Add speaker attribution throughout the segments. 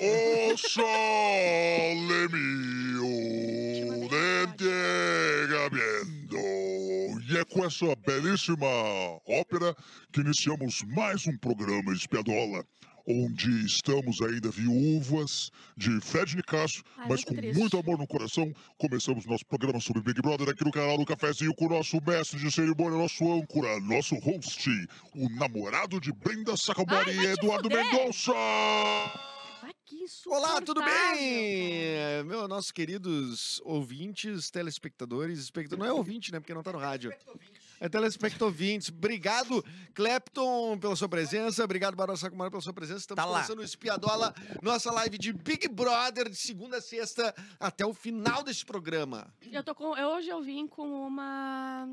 Speaker 1: É.
Speaker 2: É
Speaker 3: é com essa belíssima ópera que iniciamos mais um programa Espiadola, onde estamos ainda viúvas de Fred Nicasso,
Speaker 2: Ai,
Speaker 3: mas
Speaker 2: muito
Speaker 3: com
Speaker 2: triste.
Speaker 3: muito amor no coração, começamos nosso programa sobre Big Brother aqui no canal do Cafezinho com o nosso mestre de cerimônia, nosso âncora, nosso host, o namorado de Brenda Sacomori,
Speaker 2: Ai, vai te
Speaker 3: Eduardo
Speaker 2: fuder!
Speaker 3: Mendonça!
Speaker 2: Ai, que
Speaker 1: Olá, tudo
Speaker 2: insuportável,
Speaker 1: bem? Meu, nossos queridos ouvintes, telespectadores, espectadores. Não é ouvinte, né? Porque não tá no rádio. É telespectovintes. Obrigado, Clepton, pela sua presença. Obrigado, Barão Sacomaro, pela sua presença. Estamos
Speaker 4: Tá lá.
Speaker 1: começando o Espiadola, nossa live de Big Brother, de segunda a sexta, até o final deste programa.
Speaker 2: cara. Eu tô com, eu- hoje eu vim com uma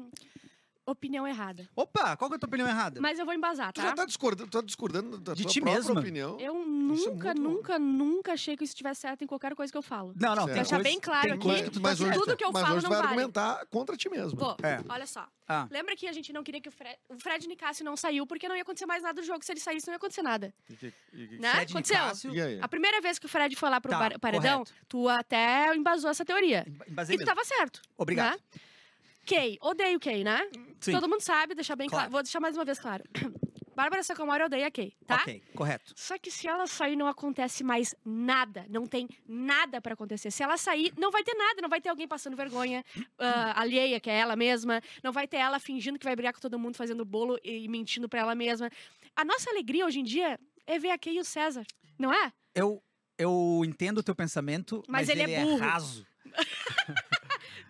Speaker 2: opinião errada.
Speaker 4: Opa, qual que é a tua opinião errada?
Speaker 2: Mas eu vou embasar,
Speaker 1: Tu
Speaker 2: tá?
Speaker 1: já tá discordando, tá discordando da
Speaker 4: De
Speaker 1: tua
Speaker 4: ti
Speaker 1: própria
Speaker 4: mesma?
Speaker 1: opinião.
Speaker 2: Eu
Speaker 1: Isso é
Speaker 2: nunca,
Speaker 1: muito bom.
Speaker 2: nunca, nunca achei que isso estivesse certo em qualquer coisa que eu falo.
Speaker 4: Não, não,
Speaker 1: Certo.
Speaker 4: tem
Speaker 2: Deixar
Speaker 4: coisa-
Speaker 2: bem claro
Speaker 4: tem
Speaker 2: aqui
Speaker 4: coisa que tu-
Speaker 2: mas
Speaker 4: hoje-
Speaker 2: tudo que eu
Speaker 1: mas
Speaker 2: falo
Speaker 1: hoje
Speaker 2: não
Speaker 1: tu vai
Speaker 2: vale.
Speaker 1: argumentar contra ti mesmo.
Speaker 2: Pô,
Speaker 4: É.
Speaker 2: olha só.
Speaker 4: Ah,
Speaker 2: Lembra que a gente não queria que o Fred, o Fred Nicásio não saiu, porque não ia acontecer mais nada do jogo. Se ele saísse, não ia acontecer nada.
Speaker 1: E que- e que-
Speaker 2: Né?
Speaker 4: Fred
Speaker 2: Aconteceu.
Speaker 4: Nicásio-
Speaker 1: E aí?
Speaker 2: A primeira vez que o Fred foi lá pro
Speaker 4: Tá,
Speaker 2: bar- paredão,
Speaker 4: correto.
Speaker 2: tu até embasou essa teoria.
Speaker 1: é
Speaker 4: Embasei
Speaker 2: E tu
Speaker 4: mesmo.
Speaker 2: tava certo.
Speaker 4: Obrigado.
Speaker 2: então, Né? Kay, odeio Kay, né?
Speaker 4: Sim.
Speaker 2: Todo mundo sabe, deixar bem claro.
Speaker 4: Claro.
Speaker 2: Vou deixar mais uma vez claro. Bárbara Sacomori odeia a Kay, tá?
Speaker 4: Ok, correto.
Speaker 2: Só que se ela sair, não acontece mais nada. Não tem nada pra acontecer. Se ela sair, não vai ter nada. Não vai ter alguém passando vergonha ah, alheia, que é ela mesma. Não vai ter ela fingindo que vai brigar com todo mundo, fazendo bolo e mentindo pra ela mesma. A nossa alegria hoje em dia é ver a Kay e o César, não é?
Speaker 4: Eu, eu entendo o teu pensamento,
Speaker 2: Mas
Speaker 4: mas,
Speaker 2: ele é burro.
Speaker 4: raso.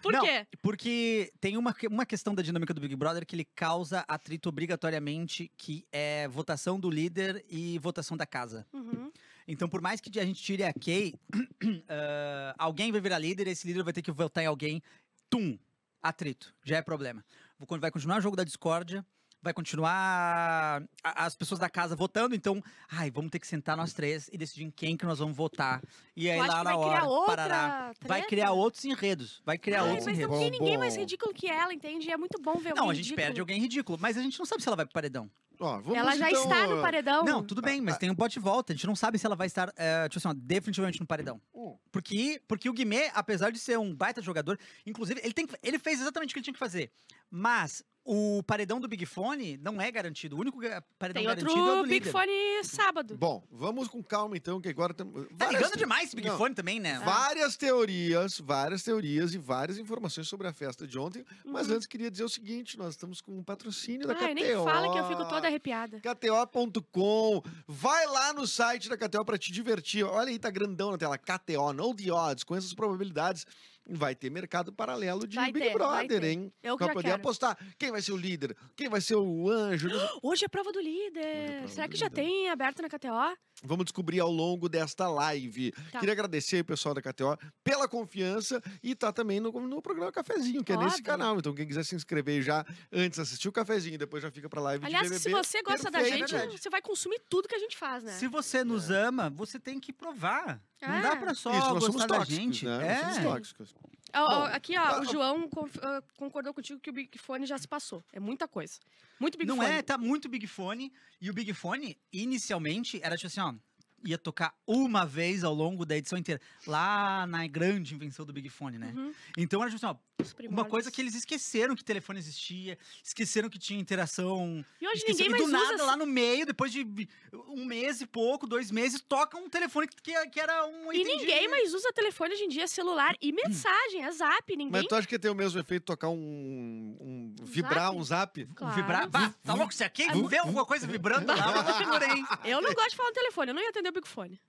Speaker 2: Por
Speaker 4: Não,
Speaker 2: quê?
Speaker 4: Porque tem uma, que- uma questão da dinâmica do Big Brother que ele causa atrito obrigatoriamente, que é votação do líder e votação da casa.
Speaker 2: Uhum.
Speaker 4: Então, por mais que a gente tire a Kay, ah, alguém vai virar líder, esse líder vai ter que votar em alguém. Tum! Atrito. Já é problema. Vou- Vai continuar o jogo da discórdia, vai continuar a- as pessoas da casa votando, então, ai, vamos ter que sentar nós três e decidir em quem que nós vamos votar. E aí,
Speaker 2: Tu acha
Speaker 4: lá
Speaker 2: que
Speaker 4: na
Speaker 2: vai
Speaker 4: hora,
Speaker 2: criar outra
Speaker 4: parará, vai
Speaker 2: treta?
Speaker 4: criar outros enredos. Vai criar
Speaker 2: Ai,
Speaker 4: outros
Speaker 2: mas
Speaker 4: enredos.
Speaker 2: não tem
Speaker 1: Bom,
Speaker 2: ninguém mais
Speaker 1: bom.
Speaker 2: ridículo que ela, entende? É muito bom ver alguém
Speaker 4: Não, a gente
Speaker 2: ridículo.
Speaker 4: perde alguém ridículo, mas a gente não sabe se ela vai pro paredão.
Speaker 1: Ó, vamos
Speaker 2: Ela já
Speaker 1: então,
Speaker 2: está no
Speaker 1: ó,
Speaker 2: paredão.
Speaker 4: Não, tudo bem, mas tem um bote e volta. A gente não sabe se ela vai estar, é, tipo assim, ó, definitivamente no paredão.
Speaker 1: Uh.
Speaker 4: Porque, porque o Guimê, apesar de ser um baita jogador, inclusive, ele, tem, que- ele fez exatamente o que ele tinha que fazer. Mas o paredão do Big Fone não é garantido. O único ga- paredão
Speaker 2: Tem
Speaker 4: garantido é o
Speaker 2: outro
Speaker 4: do
Speaker 2: Big
Speaker 4: líder.
Speaker 2: Fone sábado.
Speaker 1: Bom, vamos com calma então, que agora temos.
Speaker 4: Tá ligando
Speaker 1: várias-
Speaker 4: demais esse Big
Speaker 1: Não.
Speaker 4: Fone também, né?
Speaker 1: Várias teorias, várias teorias e várias informações sobre a festa de ontem. Mas
Speaker 2: Uhum.
Speaker 1: antes queria dizer o seguinte: nós estamos com um patrocínio da
Speaker 2: Ai,
Speaker 1: KTO.
Speaker 2: nem fala que eu fico toda arrepiada.
Speaker 1: KTO.com, vai lá no site da KTO pra te divertir. Olha aí, tá grandão na tela. KTO, no the odds, com essas probabilidades. Vai ter mercado paralelo de
Speaker 2: Vai
Speaker 1: Big
Speaker 2: ter, vai
Speaker 1: Brother,
Speaker 2: ter.
Speaker 1: hein?
Speaker 2: Eu que
Speaker 1: pra
Speaker 2: já
Speaker 1: poder
Speaker 2: quero.
Speaker 1: apostar quem vai ser o líder, quem vai ser o anjo. não sei
Speaker 2: Hoje é prova do
Speaker 1: Hoje é
Speaker 2: líder.
Speaker 1: prova
Speaker 2: Será
Speaker 1: do
Speaker 2: que já
Speaker 1: líder.
Speaker 2: tem aberto na KTO?
Speaker 1: Vamos descobrir ao longo desta live.
Speaker 2: Tá.
Speaker 1: Queria agradecer aí, pessoal da KTO pela confiança e tá também no, no programa Cafezinho, que é nesse
Speaker 2: Óbvio.
Speaker 1: canal. Então, quem quiser se inscrever já antes, assistir o cafezinho e depois já fica pra live
Speaker 2: Aliás,
Speaker 1: de BBB.
Speaker 2: se você gosta da
Speaker 1: Perfeito. né,
Speaker 2: gente, você vai consumir tudo que a gente faz, né?
Speaker 4: Se você nos ama, você tem que provar. Não
Speaker 2: É.
Speaker 4: dá pra só
Speaker 1: É. Isso, nós somos
Speaker 4: gostar da
Speaker 1: tóxicos,
Speaker 4: gente.
Speaker 1: né?
Speaker 4: É.
Speaker 1: Nós somos tóxicos.
Speaker 2: Ó, ó,
Speaker 1: Bom,
Speaker 2: aqui,
Speaker 4: tá,
Speaker 2: ó,
Speaker 1: ah,
Speaker 2: o João con- ah, concordou contigo que o Big Fone já se passou. É muita coisa. Muito Big
Speaker 4: não
Speaker 2: Fone.
Speaker 4: é, tá muito Big Fone. E o Big Fone, inicialmente, era tipo assim, ó. Ia tocar uma vez ao longo da edição inteira. Lá na grande invenção do Big Fone, né?
Speaker 2: Uhum.
Speaker 4: Então era tipo assim, ó.
Speaker 2: Os
Speaker 4: Uma
Speaker 2: primórdios.
Speaker 4: coisa que eles esqueceram que telefone existia, esqueceram que tinha interação.
Speaker 2: E hoje
Speaker 4: esqueceram-
Speaker 2: ninguém mais
Speaker 4: e do nada,
Speaker 2: usa.
Speaker 4: lá no meio, depois de um mês e pouco, dois meses, toca um telefone que, que- que era um.
Speaker 2: E
Speaker 4: entendido.
Speaker 1: né?
Speaker 2: ninguém mais usa telefone hoje em dia, celular e mensagem, é zap,
Speaker 1: Hum. Mas
Speaker 2: ninguém.
Speaker 1: tu acha que tem o mesmo efeito tocar um. um- vibrar um zap?
Speaker 2: Claro.
Speaker 4: Vibrar. Bah, tá louco? Se aqui vê alguma coisa vibrando lá, eu segura, hein?
Speaker 1: Ah,
Speaker 2: Eu
Speaker 1: é.
Speaker 2: não gosto de falar no telefone, eu não ia atender o Big Fone.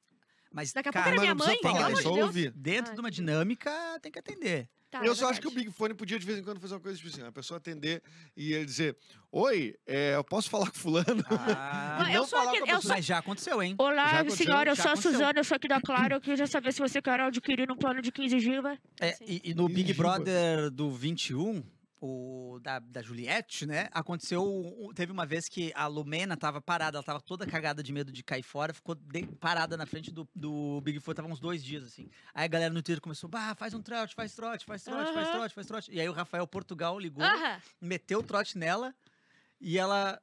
Speaker 4: Mas,
Speaker 2: Daqui a
Speaker 4: cara,
Speaker 2: pouco era minha
Speaker 1: mas não
Speaker 2: mãe,
Speaker 1: precisa
Speaker 2: pelo
Speaker 1: falar,
Speaker 2: amor
Speaker 1: é
Speaker 2: de
Speaker 1: só
Speaker 2: Deus.
Speaker 1: ouvir.
Speaker 4: dentro
Speaker 2: Ai.
Speaker 4: de uma dinâmica, tem que atender.
Speaker 2: Tá,
Speaker 1: eu
Speaker 2: é
Speaker 1: só acho que o
Speaker 2: verdade.
Speaker 1: Big Fone podia de vez em quando fazer uma coisa tipo assim: a pessoa atender e ele dizer: Oi, é, eu posso falar com Fulano?
Speaker 4: Ah,
Speaker 2: eu
Speaker 1: não
Speaker 2: sou
Speaker 1: falar
Speaker 2: aquele-
Speaker 1: com a
Speaker 2: eu sou-
Speaker 4: Mas já aconteceu, hein?
Speaker 2: Olá,
Speaker 1: Já aconteceu,
Speaker 2: senhora, eu
Speaker 4: já
Speaker 2: sou a
Speaker 4: aconteceu.
Speaker 2: Suzana, eu sou aqui da Claro, eu queria saber se você quer adquirir um plano de 15 GB.
Speaker 4: É, e, e no
Speaker 1: Ih,
Speaker 4: Big
Speaker 1: Juba.
Speaker 4: Brother do 21, o da, da Juliette, né? Aconteceu. um- Teve uma vez que a Lumena tava parada, ela tava toda cagada de medo de cair fora, ficou de- parada na frente do, do Big Four, tava uns dois dias, assim. Aí a galera no Twitter começou: bah, faz um trote, faz trote, faz trote, faz
Speaker 2: Aham.
Speaker 4: trote, faz Ah. trote. E aí o Rafael Portugal ligou,
Speaker 2: Aham.
Speaker 4: meteu o trote nela e ela.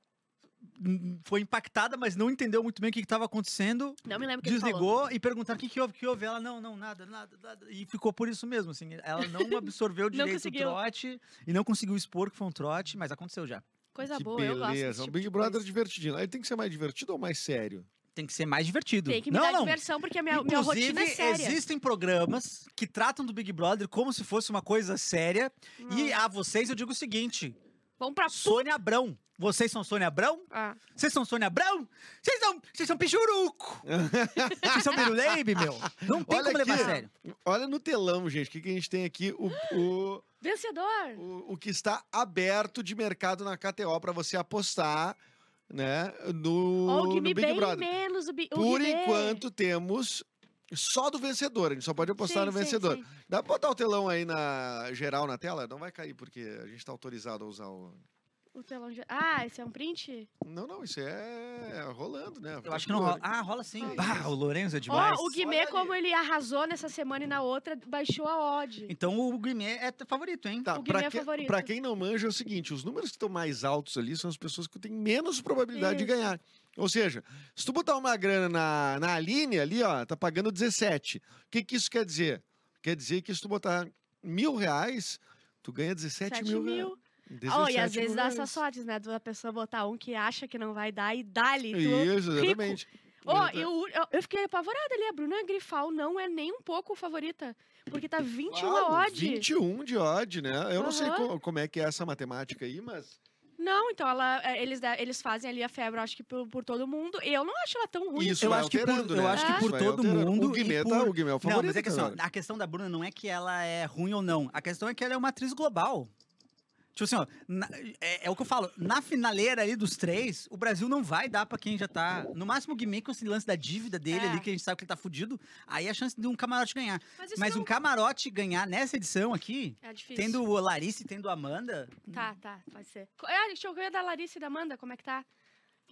Speaker 4: hum, foi impactada, mas não entendeu muito bem o que estava acontecendo.
Speaker 2: Não me lembro o que ele falou. né?
Speaker 4: Desligou e perguntaram o que, que houve, o que houve. Ela, não, não, nada, nada, nada. E ficou por isso mesmo, assim. Ela não absorveu direito o
Speaker 2: conseguiu.
Speaker 4: trote e não conseguiu expor que foi um trote, mas aconteceu já.
Speaker 2: Coisa
Speaker 1: que
Speaker 2: boa, eu gosto.
Speaker 1: beleza.
Speaker 2: desse
Speaker 1: Um
Speaker 2: tipo
Speaker 1: Big
Speaker 2: de
Speaker 1: Brother
Speaker 2: coisa.
Speaker 1: divertidinho. Aí tem que ser mais divertido ou mais sério?
Speaker 4: Tem que ser mais divertido.
Speaker 2: Tem que me
Speaker 4: não,
Speaker 2: dar
Speaker 4: não.
Speaker 2: diversão, porque a minha, minha
Speaker 4: Inclusive,
Speaker 2: rotina é séria.
Speaker 4: existem programas que tratam do Big Brother como se fosse uma coisa séria. E
Speaker 2: Não.
Speaker 4: a vocês eu digo o seguinte:
Speaker 2: Vamos pra puta.
Speaker 4: Sônia Abrão. Vocês são Sônia Abrão?
Speaker 2: Ah,
Speaker 4: Vocês são Sônia Abrão? Vocês são, vocês são pichuruco! Vocês são biruleibe, meu? Não tem
Speaker 1: Olha
Speaker 4: como levar
Speaker 1: aqui.
Speaker 4: a sério.
Speaker 1: Olha no telão, gente, o que, que a gente tem aqui? O, o,
Speaker 2: Vencedor!
Speaker 1: o, o que está aberto de mercado na KTO para você apostar, né?
Speaker 2: Ou
Speaker 1: No,
Speaker 2: o
Speaker 1: no
Speaker 2: Guimê
Speaker 1: Big
Speaker 2: bem
Speaker 1: Brother.
Speaker 2: menos o, Bi- o
Speaker 1: Por
Speaker 2: Guimê.
Speaker 1: enquanto, temos só do vencedor. A gente só pode apostar
Speaker 2: Sim,
Speaker 1: no
Speaker 2: sim,
Speaker 1: vencedor.
Speaker 2: sim.
Speaker 1: Dá pra botar o telão aí na geral na tela? Não vai cair, porque a gente tá autorizado a usar o.
Speaker 2: O telão de- Ah, esse é um print?
Speaker 1: Não, não, isso é rolando, né?
Speaker 4: Eu acho que não rola. Ah, rola sim.
Speaker 1: Ah,
Speaker 4: Ah,
Speaker 1: isso.
Speaker 4: o Lourenço é
Speaker 2: Ó,
Speaker 4: demais.
Speaker 2: o Guimê,
Speaker 1: Olha
Speaker 2: como ele arrasou nessa semana e na outra, baixou a odd.
Speaker 4: Então o Guimê é t- favorito, hein?
Speaker 1: Tá,
Speaker 2: O
Speaker 1: pra,
Speaker 2: Guimê é
Speaker 1: que-
Speaker 2: favorito.
Speaker 1: pra quem não manja, é o seguinte: os números que estão mais altos ali são as pessoas que têm menos probabilidade de
Speaker 2: Isso.
Speaker 1: ganhar. Ou seja, se tu botar uma grana na, na Aline ali, ó, tá pagando 17. O que, que isso quer dizer? Quer dizer que se tu botar mil reais, tu ganha 17
Speaker 2: 7
Speaker 1: mil.
Speaker 2: mil.
Speaker 1: reais.
Speaker 2: Ó, e às
Speaker 1: 17
Speaker 2: vezes
Speaker 1: mil
Speaker 2: dá
Speaker 1: reais.
Speaker 2: essas sortes, né? Da pessoa botar um que acha que não vai dar e dá-lhe. Tu...
Speaker 1: Isso, exatamente.
Speaker 2: Ó,
Speaker 1: Exata-
Speaker 2: eu, eu- eu fiquei apavorada ali. A Bruna Grifal não é nem um pouco favorita. Porque tá 21
Speaker 1: Claro,
Speaker 2: a odd.
Speaker 1: 21 de odd, né? Eu não sei
Speaker 2: Aham.
Speaker 1: co- como é que é essa matemática aí, mas.
Speaker 2: Não, então ela, é, eles, da- eles fazem ali a febre, eu acho que por, por todo mundo. E eu não acho ela tão ruim.
Speaker 1: Isso
Speaker 4: eu
Speaker 1: vai
Speaker 4: acho que por-
Speaker 1: alterando,
Speaker 4: eu
Speaker 1: né?
Speaker 4: acho que
Speaker 2: É.
Speaker 1: Isso
Speaker 4: por
Speaker 1: vai
Speaker 4: todo
Speaker 1: alterando.
Speaker 4: mundo
Speaker 1: O
Speaker 4: e
Speaker 1: Guimê, tá,
Speaker 4: por-
Speaker 1: o Guimê é o
Speaker 4: Não,
Speaker 1: favorito.
Speaker 4: mas é que assim, ó,
Speaker 1: cara.
Speaker 4: a questão da Bruna não é que ela é ruim ou não. A questão é que ela é uma atriz global. Tipo assim, ó, na- é, é o que eu falo. Na finaleira ali dos três, o Brasil não vai dar pra quem já tá. No máximo o Guimê com esse lance da dívida dele
Speaker 2: É.
Speaker 4: ali, que a gente sabe que ele tá fudido. Aí a chance de um camarote ganhar.
Speaker 2: Mas isso
Speaker 4: Mas
Speaker 2: não
Speaker 4: um camarote ganhar nessa edição aqui,
Speaker 2: é difícil.
Speaker 4: tendo o Larissa e tendo a Amanda.
Speaker 2: Tá, tá, pode ser. Co- Ah, deixa eu ver da Larissa e da Amanda, como é que tá?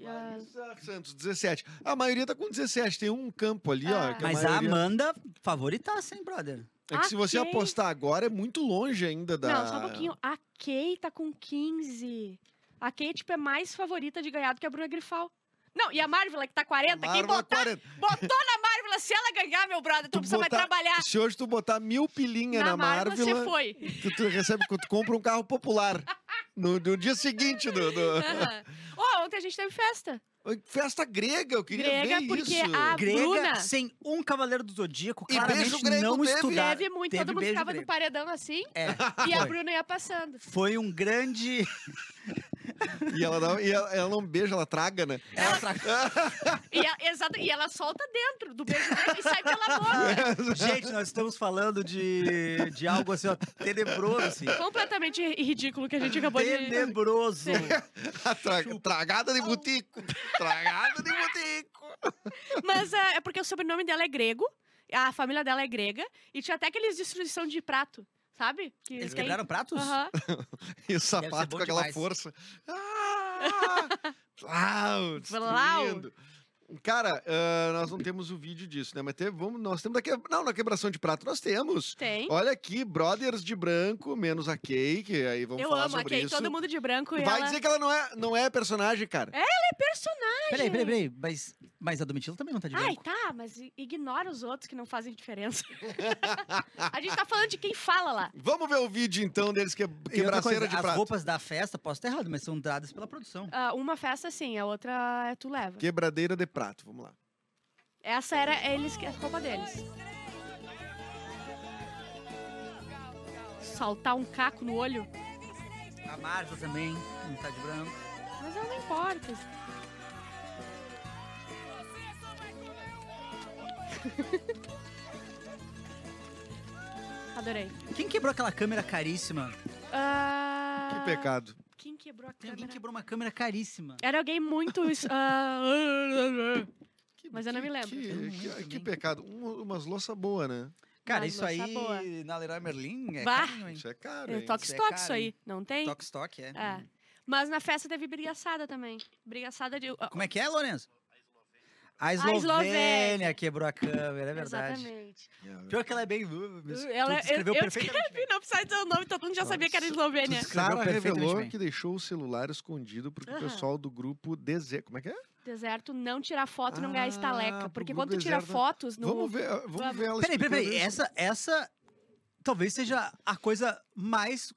Speaker 2: Ah,
Speaker 1: Larissa Santos, 17. A maioria tá com 17. Tem um campo ali, ó.
Speaker 2: Ah.
Speaker 1: Que a
Speaker 4: Mas a
Speaker 1: maioria...
Speaker 4: Amanda favoritaça, hein, brother?
Speaker 1: É que se você
Speaker 2: Ok.
Speaker 1: apostar agora, é muito longe ainda da.
Speaker 2: Ah, Não, só um pouquinho. A Kay tá com 15. A Kay, tipo, é mais favorita de ganhar do que a Bruna Grifal. Não, e a Marvel, que tá 40. Quem
Speaker 1: Marvel,
Speaker 2: botar,
Speaker 1: 40.
Speaker 2: botou na Marvel, se ela ganhar, meu brother, tu
Speaker 1: Tu
Speaker 2: precisa mais
Speaker 1: botar-
Speaker 2: trabalhar.
Speaker 1: Se hoje tu botar mil pilinha na,
Speaker 2: Na Marvel,
Speaker 1: Marvel, né?
Speaker 2: você foi.
Speaker 1: tu, tu recebe, tu compra um carro popular. No, no dia seguinte, do, do-
Speaker 2: Aham. Ó, ontem a gente teve festa.
Speaker 1: Oi, Festa grega, eu queria
Speaker 2: Grega,
Speaker 1: ver
Speaker 2: porque
Speaker 1: isso.
Speaker 2: a-
Speaker 4: grega
Speaker 2: Bruna.
Speaker 4: sem um cavaleiro do zodíaco,
Speaker 1: E beijo
Speaker 4: claramente
Speaker 1: grego
Speaker 4: não
Speaker 1: teve?
Speaker 4: estudaram.
Speaker 2: Teve muito,
Speaker 4: Tá, teve
Speaker 2: todo mundo
Speaker 4: beijo
Speaker 2: ficava no
Speaker 4: grego.
Speaker 2: paredão assim
Speaker 4: É,
Speaker 2: e a
Speaker 4: foi.
Speaker 2: Bruna ia passando.
Speaker 4: foi um grande.
Speaker 1: E, ela, dá- um, e ela, ela não beija, ela traga, né?
Speaker 4: Ela tra-
Speaker 2: E, a- exato, e ela solta dentro do beijo dela e sai pela boca.
Speaker 4: Gente, nós estamos falando de, de algo assim, ó, tenebroso, assim.
Speaker 2: Completamente ri- ridículo que a gente acabou de...
Speaker 4: Tenebroso.
Speaker 1: A tra- Tragada de botico. Tragada de botico.
Speaker 2: Mas é, é porque o sobrenome dela é grego, a família dela é grega, e tinha até aqueles destruição de prato, sabe? Que
Speaker 4: Eles
Speaker 2: tem-
Speaker 4: quebraram pratos?
Speaker 2: Aham.
Speaker 1: E o sapato
Speaker 4: bom
Speaker 1: com aquela
Speaker 4: demais.
Speaker 1: força. Ah!
Speaker 2: Plau.
Speaker 1: Plau, destruindo. Cara, ah, nós não temos o vídeo disso, né? Mas teve- vamos, nós temos da que... Não, na quebração de prato nós temos.
Speaker 2: Tem.
Speaker 1: Olha aqui, Brothers de Branco, menos a Kay, que aí vamos
Speaker 2: Eu
Speaker 1: falar
Speaker 2: amo a
Speaker 1: sobre
Speaker 2: Kay,
Speaker 1: isso.
Speaker 2: todo mundo de branco e
Speaker 1: Vai
Speaker 2: ela...
Speaker 1: dizer que ela não é, não é personagem, cara.
Speaker 2: É personagem!
Speaker 4: Peraí, peraí, peraí. Mas, mas a Domitila também não tá de
Speaker 2: Ai,
Speaker 4: branco.
Speaker 2: tá, mas i- ignora os outros que não fazem diferença. a gente tá falando de quem fala lá.
Speaker 1: Vamos ver o vídeo então deles que...
Speaker 4: E outra coisa,
Speaker 1: quebraceira de
Speaker 4: as
Speaker 1: prato.
Speaker 4: roupas da festa, posso estar errado, mas são dadas pela produção.
Speaker 2: Ah, uma festa sim, a outra é tu leva.
Speaker 1: Quebradeira de prato, vamos lá.
Speaker 2: Essa era eles, que- a roupa deles. Saltar um caco no olho.
Speaker 4: A Marta também não tá de branco.
Speaker 2: Mas ela não importa. Adorei.
Speaker 4: Quem quebrou aquela câmera caríssima?
Speaker 2: Ah,
Speaker 1: Que pecado.
Speaker 2: Quem quebrou a
Speaker 4: Tem alguém
Speaker 2: câmera?
Speaker 4: que quebrou uma câmera caríssima.
Speaker 2: Era alguém muito. es- ah,
Speaker 1: Que-
Speaker 2: Mas eu não
Speaker 1: que-
Speaker 2: me lembro.
Speaker 1: Que,
Speaker 4: Eu não
Speaker 1: que-
Speaker 4: lembro
Speaker 1: que
Speaker 4: também.
Speaker 1: pecado. Um- umas louças boas, né?
Speaker 4: Cara,
Speaker 2: Uma
Speaker 4: isso
Speaker 2: louça
Speaker 4: aí
Speaker 2: boa.
Speaker 4: na Leroy Merlin é
Speaker 2: Bah.
Speaker 4: carinho, hein?
Speaker 1: Isso é caro,
Speaker 2: é
Speaker 1: hein? Hum.
Speaker 2: toque
Speaker 4: Isso é
Speaker 2: estoque
Speaker 4: caro,
Speaker 2: isso aí. Não tem?
Speaker 4: Toque Stock, é.
Speaker 2: É. Mas na festa teve brigaçada também. Brigaçada de.
Speaker 4: Como é que é, Lourenço? é, A
Speaker 2: Eslovênia.
Speaker 4: Eslovênia quebrou a câmera, é verdade.
Speaker 2: Exatamente.
Speaker 4: Pior que ela é bem.
Speaker 2: Ela,
Speaker 4: Ela,
Speaker 2: eu,
Speaker 4: escreveu
Speaker 2: eu
Speaker 4: perfeitamente.
Speaker 2: escrevi, não precisava dizer o nome, todo mundo já sabia que era Eslovênia.
Speaker 4: Escreveu
Speaker 1: Sara
Speaker 4: perfeitamente
Speaker 1: revelou
Speaker 4: bem.
Speaker 1: que deixou o celular escondido porque o
Speaker 2: Aham.
Speaker 1: pessoal do grupo DZ. Como é que é?
Speaker 2: Deserto, não tirar foto e não
Speaker 1: Ah,
Speaker 2: ganhar estaleca.
Speaker 1: pro
Speaker 2: Porque
Speaker 1: grupo
Speaker 2: quando tu tira
Speaker 1: deserto. né?
Speaker 2: fotos no.
Speaker 1: Vamos ver, ah, vamos,
Speaker 2: Vamos.
Speaker 1: ver ela
Speaker 4: Peraí, peraí, peraí.
Speaker 1: explicando isso.
Speaker 4: Essa, essa talvez seja a coisa mais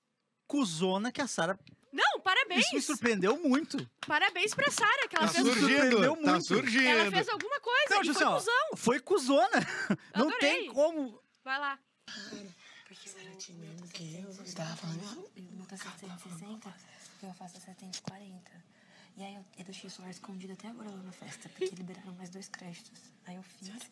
Speaker 4: cuzona que a Sara.
Speaker 2: Não, parabéns!
Speaker 4: Isso me surpreendeu muito.
Speaker 2: Parabéns pra Sara, que ela
Speaker 1: Tá
Speaker 2: fez. um
Speaker 4: surgindo,
Speaker 1: surgindo,
Speaker 4: surpreendeu
Speaker 1: tá
Speaker 4: muito.
Speaker 2: Ela
Speaker 1: surgindo.
Speaker 2: fez alguma coisa,
Speaker 4: Não,
Speaker 2: e
Speaker 4: tipo
Speaker 2: foi
Speaker 4: assim, ó,
Speaker 2: cuzão.
Speaker 4: Foi cuzona. Não
Speaker 2: Adorei.
Speaker 4: tem como.
Speaker 2: Vai lá.
Speaker 5: Porque Sara tinha medo que eu estava falando.
Speaker 6: Eu monto 760, eu faço 740. E aí eu, eu deixei o celular escondido até agora lá na festa, porque liberaram mais dois créditos. Aí eu fiz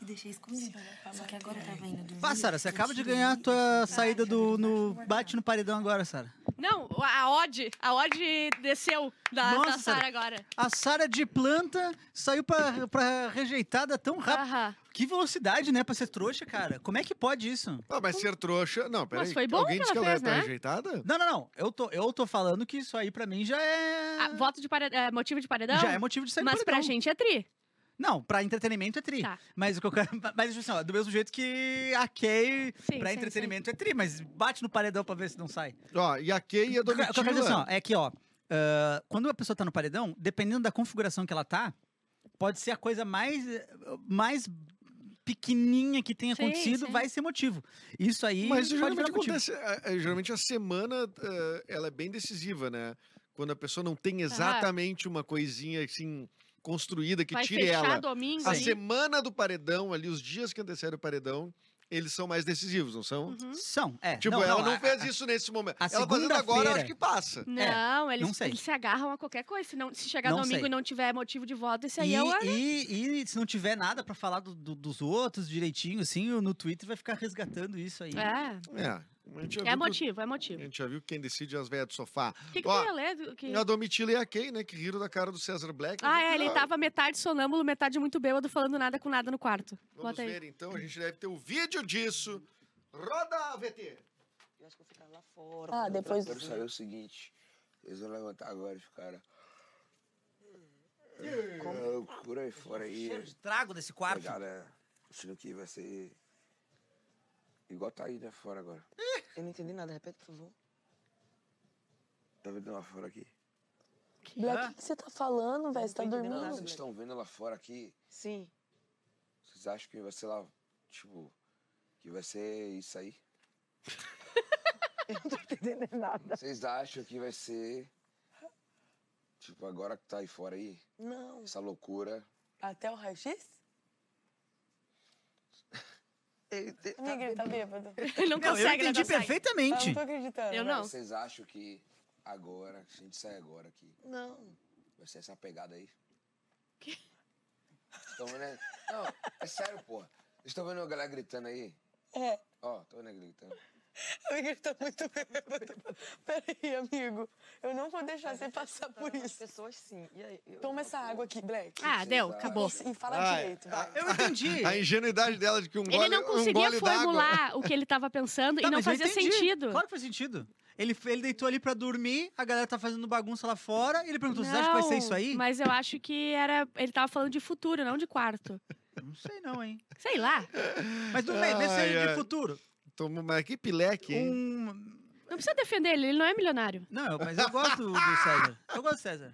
Speaker 6: e deixei escondido. Só que agora eu tava indo dormir. tá
Speaker 4: Ah, Sara, você
Speaker 6: eu
Speaker 4: acaba de
Speaker 6: tirei
Speaker 4: ganhar a
Speaker 6: e
Speaker 4: tua
Speaker 6: coloquei
Speaker 4: saída do.
Speaker 6: embaixo
Speaker 4: No,
Speaker 6: guarda-roupa.
Speaker 4: bate no paredão agora, Sara.
Speaker 2: Não, a Odd, a Odd desceu da,
Speaker 4: Nossa,
Speaker 2: da Sara
Speaker 4: Sara.
Speaker 2: agora.
Speaker 4: A Sara de planta saiu pra, pra rejeitada tão rápido.
Speaker 2: Aham.
Speaker 4: Que velocidade, né, pra ser trouxa, cara. Como é que pode isso?
Speaker 1: Ah, mas ser trouxa. Não, peraí.
Speaker 2: foi bom
Speaker 1: Alguém
Speaker 2: que
Speaker 1: disse que
Speaker 2: ela
Speaker 1: ela
Speaker 2: fez,
Speaker 1: tá
Speaker 2: né?
Speaker 1: rejeitada?
Speaker 4: Não, não, não. Eu tô, eu tô falando que isso aí pra mim já é.
Speaker 2: Ah, voto de paredão, é, motivo de paredão?
Speaker 4: já é motivo de sair do
Speaker 2: Mas pra
Speaker 4: paredão.
Speaker 2: gente é tri.
Speaker 4: Não, pra entretenimento é tri.
Speaker 2: Tá.
Speaker 4: Mas o que eu quero. Mas assim, ó, do mesmo jeito que a Kay
Speaker 2: Sim,
Speaker 4: pra
Speaker 2: sim,
Speaker 4: entretenimento é tri, mas bate no paredão pra ver se não sai.
Speaker 1: Ó, e a Kay e a
Speaker 4: O que eu quero- o que eu quero dizer assim, ó,
Speaker 1: Domitila.
Speaker 4: é que, ó, ah, quando a pessoa tá no paredão, dependendo da configuração que ela tá, pode ser a coisa mais, eh, mais pequenininha que tenha
Speaker 2: Sim,
Speaker 4: acontecido,
Speaker 2: sim.
Speaker 4: vai ser motivo. Isso aí
Speaker 1: Mas isso
Speaker 4: pode
Speaker 1: geralmente
Speaker 4: virar motivo.
Speaker 1: acontece. é, é, Geralmente a semana eh, ela é bem decisiva, né? Quando a pessoa não tem exatamente uma coisinha assim construída que
Speaker 2: Vai
Speaker 1: tire
Speaker 2: fechar
Speaker 1: ela.
Speaker 2: domingo.
Speaker 1: A
Speaker 2: ali.
Speaker 1: semana do paredão, ali, os dias que antecedem o paredão, eles são mais decisivos, não são?
Speaker 2: Uhum.
Speaker 4: São, é.
Speaker 1: Tipo,
Speaker 4: não,
Speaker 1: ela
Speaker 4: não,
Speaker 1: não,
Speaker 4: a-
Speaker 1: fez
Speaker 4: a-
Speaker 1: isso nesse momento.
Speaker 4: a
Speaker 1: ela fazendo agora, eu
Speaker 4: segunda-feira-
Speaker 1: acho que passa.
Speaker 2: Não, eles,
Speaker 4: É, não sei.
Speaker 2: eles se agarram a qualquer coisa. Se, não, se chegar
Speaker 4: Não
Speaker 2: domingo
Speaker 4: sei.
Speaker 2: e não tiver motivo de voto, esse aí
Speaker 4: E,
Speaker 2: é o.
Speaker 4: e, e se não tiver nada pra falar do- do- dos outros direitinho, assim, no Twitter vai ficar resgatando isso aí.
Speaker 2: É,
Speaker 1: É. A gente já
Speaker 2: é
Speaker 1: viu que-
Speaker 2: motivo, é
Speaker 1: a
Speaker 2: motivo.
Speaker 1: gente já viu quem decide é as velhas do sofá.
Speaker 2: O que, que
Speaker 1: Ó,
Speaker 2: tu ia ler? do- Que...
Speaker 1: A Domitila e a Kay, né? Que riram da cara do César Black.
Speaker 2: Ah, é,
Speaker 1: Domitila,
Speaker 2: ele tava metade sonâmbulo, metade muito bêbado, falando nada com nada no quarto.
Speaker 1: Vamos
Speaker 2: Bota aí.
Speaker 1: ver, então. A gente deve ter o vídeo disso. Roda, VT!
Speaker 5: Eu acho que eu ficava lá fora.
Speaker 7: Ah,
Speaker 5: porque eu
Speaker 7: depois-
Speaker 5: quero saber o seguinte. Eles vão levantar agora, os caras. É loucura aí fora aí. é. né?
Speaker 4: Cheiro de trago desse
Speaker 5: A
Speaker 4: quarto.
Speaker 5: galera achando que vai ser igual tá aí, né? Fora agora.
Speaker 7: Eu não entendi nada, repete, por favor.
Speaker 5: Tá vendo lá fora aqui?
Speaker 7: Black, o que que você tá falando, velho? Você tá
Speaker 5: Não tô entendendo nada,
Speaker 7: dormindo?
Speaker 5: Vocês estão vendo lá fora aqui?
Speaker 7: Sim.
Speaker 5: Vocês acham que vai ser lá, tipo, que vai ser isso aí?
Speaker 7: Eu não tô entendendo nada.
Speaker 5: Vocês acham que vai ser, tipo, agora que tá aí fora aí,
Speaker 7: Não.
Speaker 5: essa loucura?
Speaker 7: Até o raio-x?
Speaker 5: Ele tem- tá
Speaker 7: Amiga, ele tá bêbado.
Speaker 2: Ele não,
Speaker 4: Não, eu
Speaker 2: consegue, né? consegue.
Speaker 4: entendi
Speaker 7: Ah, eu
Speaker 4: perfeitamente.
Speaker 7: não tô acreditando.
Speaker 2: Eu
Speaker 7: velho.
Speaker 2: não.
Speaker 5: Vocês acham que agora, se a gente sair agora aqui,
Speaker 7: Não.
Speaker 5: vai ser essa pegada aí? Estão vendo aí? Não, é sério, porra. Vocês estão vendo a galera gritando aí?
Speaker 7: É.
Speaker 5: Ó, tô vendo a galera gritando.
Speaker 7: Amiga, ele tá muito bêbado. Peraí, amigo. Eu não vou deixar você passar por isso.
Speaker 8: pessoas sim. E aí, eu-
Speaker 7: Toma essa água aqui, Black.
Speaker 2: Ah, deu, acabou.
Speaker 7: Isso, E fala
Speaker 1: Ai,
Speaker 7: direito, vai.
Speaker 4: Eu entendi. Tá,
Speaker 1: A ingenuidade dela de que um
Speaker 2: Ele
Speaker 1: gole,
Speaker 2: não
Speaker 1: um
Speaker 2: conseguia
Speaker 1: gole d'água-
Speaker 2: formular o que ele tava pensando
Speaker 4: Tá,
Speaker 2: e não
Speaker 4: mas eu
Speaker 2: fazia
Speaker 4: entendi.
Speaker 2: sentido.
Speaker 4: Claro que faz sentido. Ele, ele deitou ali pra dormir, a galera tá fazendo bagunça lá fora, e ele perguntou, vocês acham que vai ser isso
Speaker 2: Não,
Speaker 4: aí?
Speaker 2: Mas eu acho que era. Ele tava falando de futuro, não de quarto.
Speaker 4: Não sei não, hein.
Speaker 2: Sei lá.
Speaker 4: Mas tudo bem, vê se
Speaker 1: Ai,
Speaker 4: ele
Speaker 1: ai.
Speaker 4: de futuro.
Speaker 1: Toma, mas que pileque, hein?
Speaker 4: Um...
Speaker 2: Não precisa defender ele, ele não é milionário.
Speaker 4: Não, eu- mas eu gosto do César. Eu gosto do César.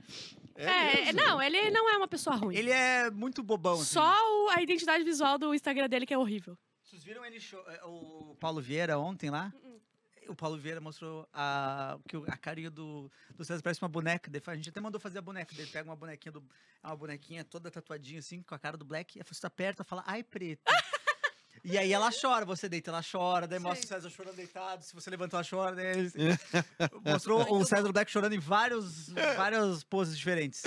Speaker 2: É,
Speaker 1: mesmo?
Speaker 2: não, ele não é uma pessoa ruim.
Speaker 4: Ele é muito bobão, assim.
Speaker 2: Só o- a identidade visual do Instagram dele que é horrível.
Speaker 4: Vocês viram ele show- eh, o Paulo Vieira ontem lá? O Paulo Vieira mostrou a, que o- a carinha do, do César parece uma boneca. Daí fa- A gente até mandou fazer a boneca. Ele pega uma bonequinha do. é Uma bonequinha toda tatuadinha, assim, com a cara do Black. E você aperta e fala, ai, preto. e aí ela chora, você deita, ela chora, daí mostra o César chorando deitado. Se você levantar, ela chora. Daí eles- mostrou o César Black chorando em vários, várias poses diferentes.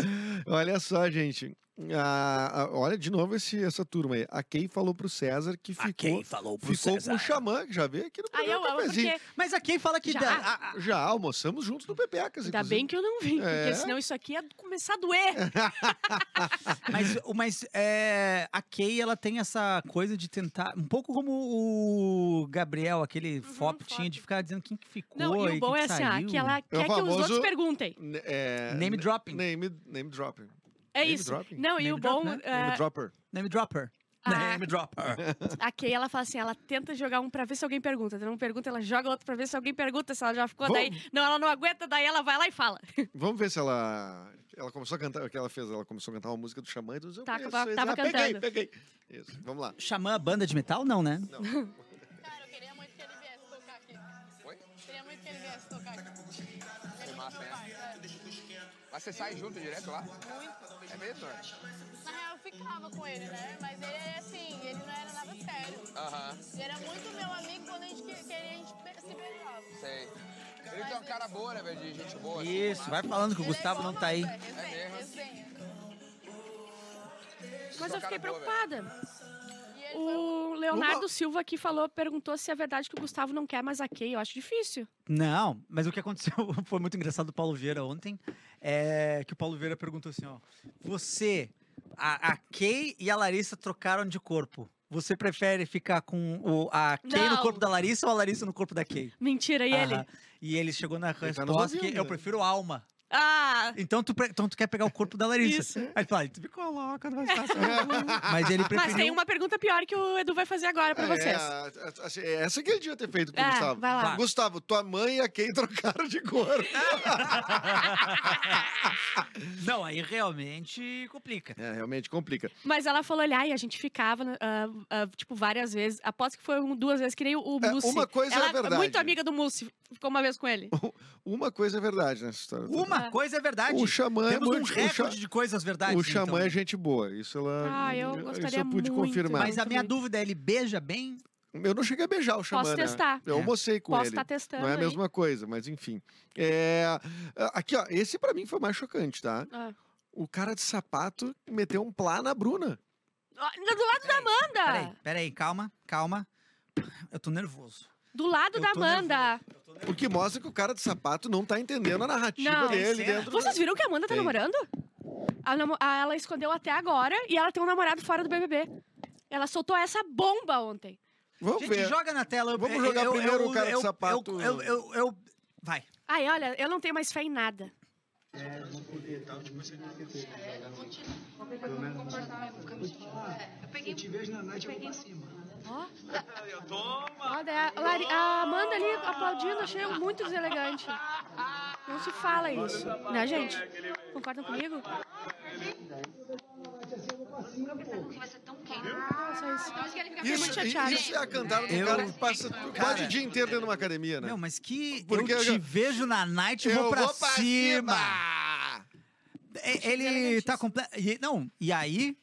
Speaker 1: Olha só, gente. A- a- olha de novo esse- essa turma aí. A Kay falou pro César que ficou,
Speaker 4: falou
Speaker 1: ficou com o xamã, que já veio aqui no
Speaker 2: Aí
Speaker 4: é
Speaker 1: programa
Speaker 2: Ah, eu amo
Speaker 1: Cafezinho.
Speaker 4: assim,
Speaker 2: porque.
Speaker 4: Mas a quem fala que.
Speaker 2: Já?
Speaker 4: dá- a- a-
Speaker 1: Já almoçamos juntos no Pepecas,
Speaker 2: Ainda bem que eu não vim,
Speaker 1: É.
Speaker 2: porque senão isso aqui ia começar a
Speaker 4: É.
Speaker 2: doer.
Speaker 4: Mas, o- mas é, a Kay, ela tem essa coisa de tentar. Um pouco como o Gabriel, aquele fop tinha, de
Speaker 2: fop.
Speaker 4: ficar dizendo quem que ficou.
Speaker 2: Uhum, Não, e
Speaker 4: e
Speaker 2: o bom
Speaker 4: quem
Speaker 2: é
Speaker 4: que
Speaker 2: assim, ah,
Speaker 4: saiu.
Speaker 2: que ela quer que os
Speaker 1: famoso-
Speaker 2: outros perguntem.
Speaker 1: N- é,
Speaker 4: Name dropping.
Speaker 1: Name, name dropping.
Speaker 2: É
Speaker 1: Name
Speaker 2: isso.
Speaker 1: dropping?
Speaker 2: Não, e
Speaker 4: Name
Speaker 2: o
Speaker 4: drop,
Speaker 2: bom.
Speaker 4: né?
Speaker 2: ah,
Speaker 1: Name dropper.
Speaker 4: Name dropper.
Speaker 2: Ah.
Speaker 4: Name dropper.
Speaker 2: a Kay, ela fala assim, ela tenta jogar um pra ver se alguém pergunta. Ela não pergunta, ela joga outro pra ver se alguém pergunta, se ela já ficou, daí... Não, ela não aguenta, daí ela vai lá e fala.
Speaker 1: Vamos ver se ela. Ela começou a cantar. O que ela fez? Ela começou a cantar uma música do Xamã e dos
Speaker 2: Tá, tava- tava
Speaker 1: "Ah, Peguei,
Speaker 2: cantando.
Speaker 1: peguei. Isso, vamos lá.
Speaker 4: Xamã, banda de metal? Não, né?
Speaker 7: Cara, eu queria muito que ele viesse tocar aqui. Queria muito que ele viesse tocar aqui. Ele é muito
Speaker 5: massa,
Speaker 7: meu
Speaker 5: né?
Speaker 7: pai, é.
Speaker 5: Mas você sai junto direto lá? É mesmo? é?
Speaker 7: Na real, eu ficava com ele, né? Mas ele é assim, ele não era nada sério.
Speaker 5: Aham,
Speaker 7: Ele era muito meu amigo quando a gente que- queria, a gente be- se beijava.
Speaker 5: sei. Ele tem uma cara boa, né, velho? De gente boa. assim,
Speaker 4: Isso, vai falando que o
Speaker 7: Ele é
Speaker 4: Gustavo
Speaker 7: igual
Speaker 4: não tá aí.
Speaker 7: nós, velho, resenha,
Speaker 5: É mesmo?
Speaker 7: resenha.
Speaker 2: Mas
Speaker 5: Só um
Speaker 2: eu fiquei
Speaker 5: cara é boa,
Speaker 2: preocupada.
Speaker 7: E ele foi
Speaker 2: O Leonardo Silva aqui falou, perguntou se é verdade que o Gustavo não quer mais a Kay. Eu acho difícil.
Speaker 4: Não, mas o que aconteceu foi muito engraçado do Paulo Vieira ontem. É que o Paulo Vieira perguntou assim: ó, você, a, a Kay e a Larissa trocaram de corpo. Você prefere ficar com o, a Kay no
Speaker 2: Não.
Speaker 4: corpo da Larissa ou a Larissa no corpo da Kay?
Speaker 2: Mentira,
Speaker 1: Ah.
Speaker 2: e ele?
Speaker 4: Aham. E ele chegou na
Speaker 1: tá nos
Speaker 4: resposta que
Speaker 1: ouvindo,
Speaker 4: eu
Speaker 1: né?
Speaker 4: prefiro alma.
Speaker 2: Ah!
Speaker 4: Então tu, pre- então tu quer pegar o corpo da Larissa.
Speaker 2: Isso.
Speaker 4: Aí ele fala, tu me coloca, não vai ficar assim. Mas ele preferiu...
Speaker 2: Mas tem uma pergunta pior que o Edu vai fazer agora pra
Speaker 1: É,
Speaker 2: vocês.
Speaker 1: a- a- assim, é essa que ele devia ter feito pro
Speaker 2: É,
Speaker 1: Gustavo.
Speaker 2: vai lá.
Speaker 1: Gustavo, tua mãe e a Kay trocaram de cor.
Speaker 4: Não, aí realmente complica.
Speaker 1: É, realmente complica.
Speaker 2: Mas ela falou, olha, e a gente ficava, ah, ah, tipo, várias vezes. Aposto que foi um, duas vezes, que nem o, o
Speaker 1: É,
Speaker 2: Mussi.
Speaker 1: uma coisa é
Speaker 2: ela
Speaker 1: verdade.
Speaker 2: muito amiga do Mussi. Ficou uma vez com ele.
Speaker 1: Uma coisa é verdade nessa história. toda.
Speaker 4: Uma coisa é verdade.
Speaker 1: O Xamã
Speaker 4: Temos
Speaker 1: é
Speaker 4: um
Speaker 1: muito... o Xa-
Speaker 4: recorde de coisas verdades.
Speaker 1: O Xamã
Speaker 4: então.
Speaker 1: é gente boa. Isso ela.
Speaker 2: Ah, eu
Speaker 1: Isso
Speaker 2: gostaria
Speaker 1: eu pude
Speaker 2: muito.
Speaker 1: confirmar.
Speaker 4: Mas a minha
Speaker 2: Muito.
Speaker 4: dúvida é, ele beija bem?
Speaker 1: Eu não cheguei a beijar o Xamã.
Speaker 2: Posso
Speaker 1: né?
Speaker 2: testar.
Speaker 1: Eu
Speaker 4: É.
Speaker 1: almocei com
Speaker 2: Posso
Speaker 1: ele.
Speaker 2: estar testando
Speaker 1: Não é a
Speaker 2: aí.
Speaker 1: mesma coisa, mas enfim. É, a- Aqui, ó. Esse pra mim foi mais chocante, tá?
Speaker 2: Ah.
Speaker 1: O cara de sapato meteu um plá na Bruna.
Speaker 2: Ah, Do lado da
Speaker 4: Peraí,
Speaker 2: Amanda!
Speaker 4: peraí, calma, calma. Eu tô nervoso.
Speaker 2: Do lado
Speaker 4: Eu
Speaker 2: da
Speaker 4: tô
Speaker 2: Amanda!
Speaker 1: O que mostra que o cara de sapato não tá entendendo a narrativa
Speaker 2: Não. é
Speaker 1: dele
Speaker 4: Tem cena.
Speaker 1: dentro do-
Speaker 2: Vocês viram que a Amanda tá
Speaker 1: Tem.
Speaker 2: namorando? A namo- a- ela escondeu até agora e ela tem um namorado fora do BBB. Ela soltou essa bomba ontem.
Speaker 1: Vamos
Speaker 4: Gente,
Speaker 1: ver.
Speaker 4: joga na tela. eu-
Speaker 1: Vamos
Speaker 4: eu-
Speaker 1: jogar
Speaker 4: eu-
Speaker 1: primeiro
Speaker 4: eu-
Speaker 1: o cara de
Speaker 4: eu-
Speaker 1: sapato.
Speaker 4: Eu, eu, eu- eu- Vai.
Speaker 2: Ai, olha, eu não tenho mais fé em nada. Ó. Ó, daí a, Lari- a Amanda ali aplaudindo, achei muito deselegante. Não se fala isso, né, gente? Concordam comigo? Ah, só isso.
Speaker 1: Isso,
Speaker 2: muito chateada.
Speaker 1: isso é a cantada do
Speaker 4: Eu-
Speaker 1: cara que passa quase
Speaker 4: Cara.
Speaker 1: o dia inteiro dentro de uma academia, né?
Speaker 4: Não, mas que.
Speaker 1: Porque
Speaker 4: eu te
Speaker 1: eu-
Speaker 4: vejo na night e vou pra cima. E- Ele tá completo. Não, e aí,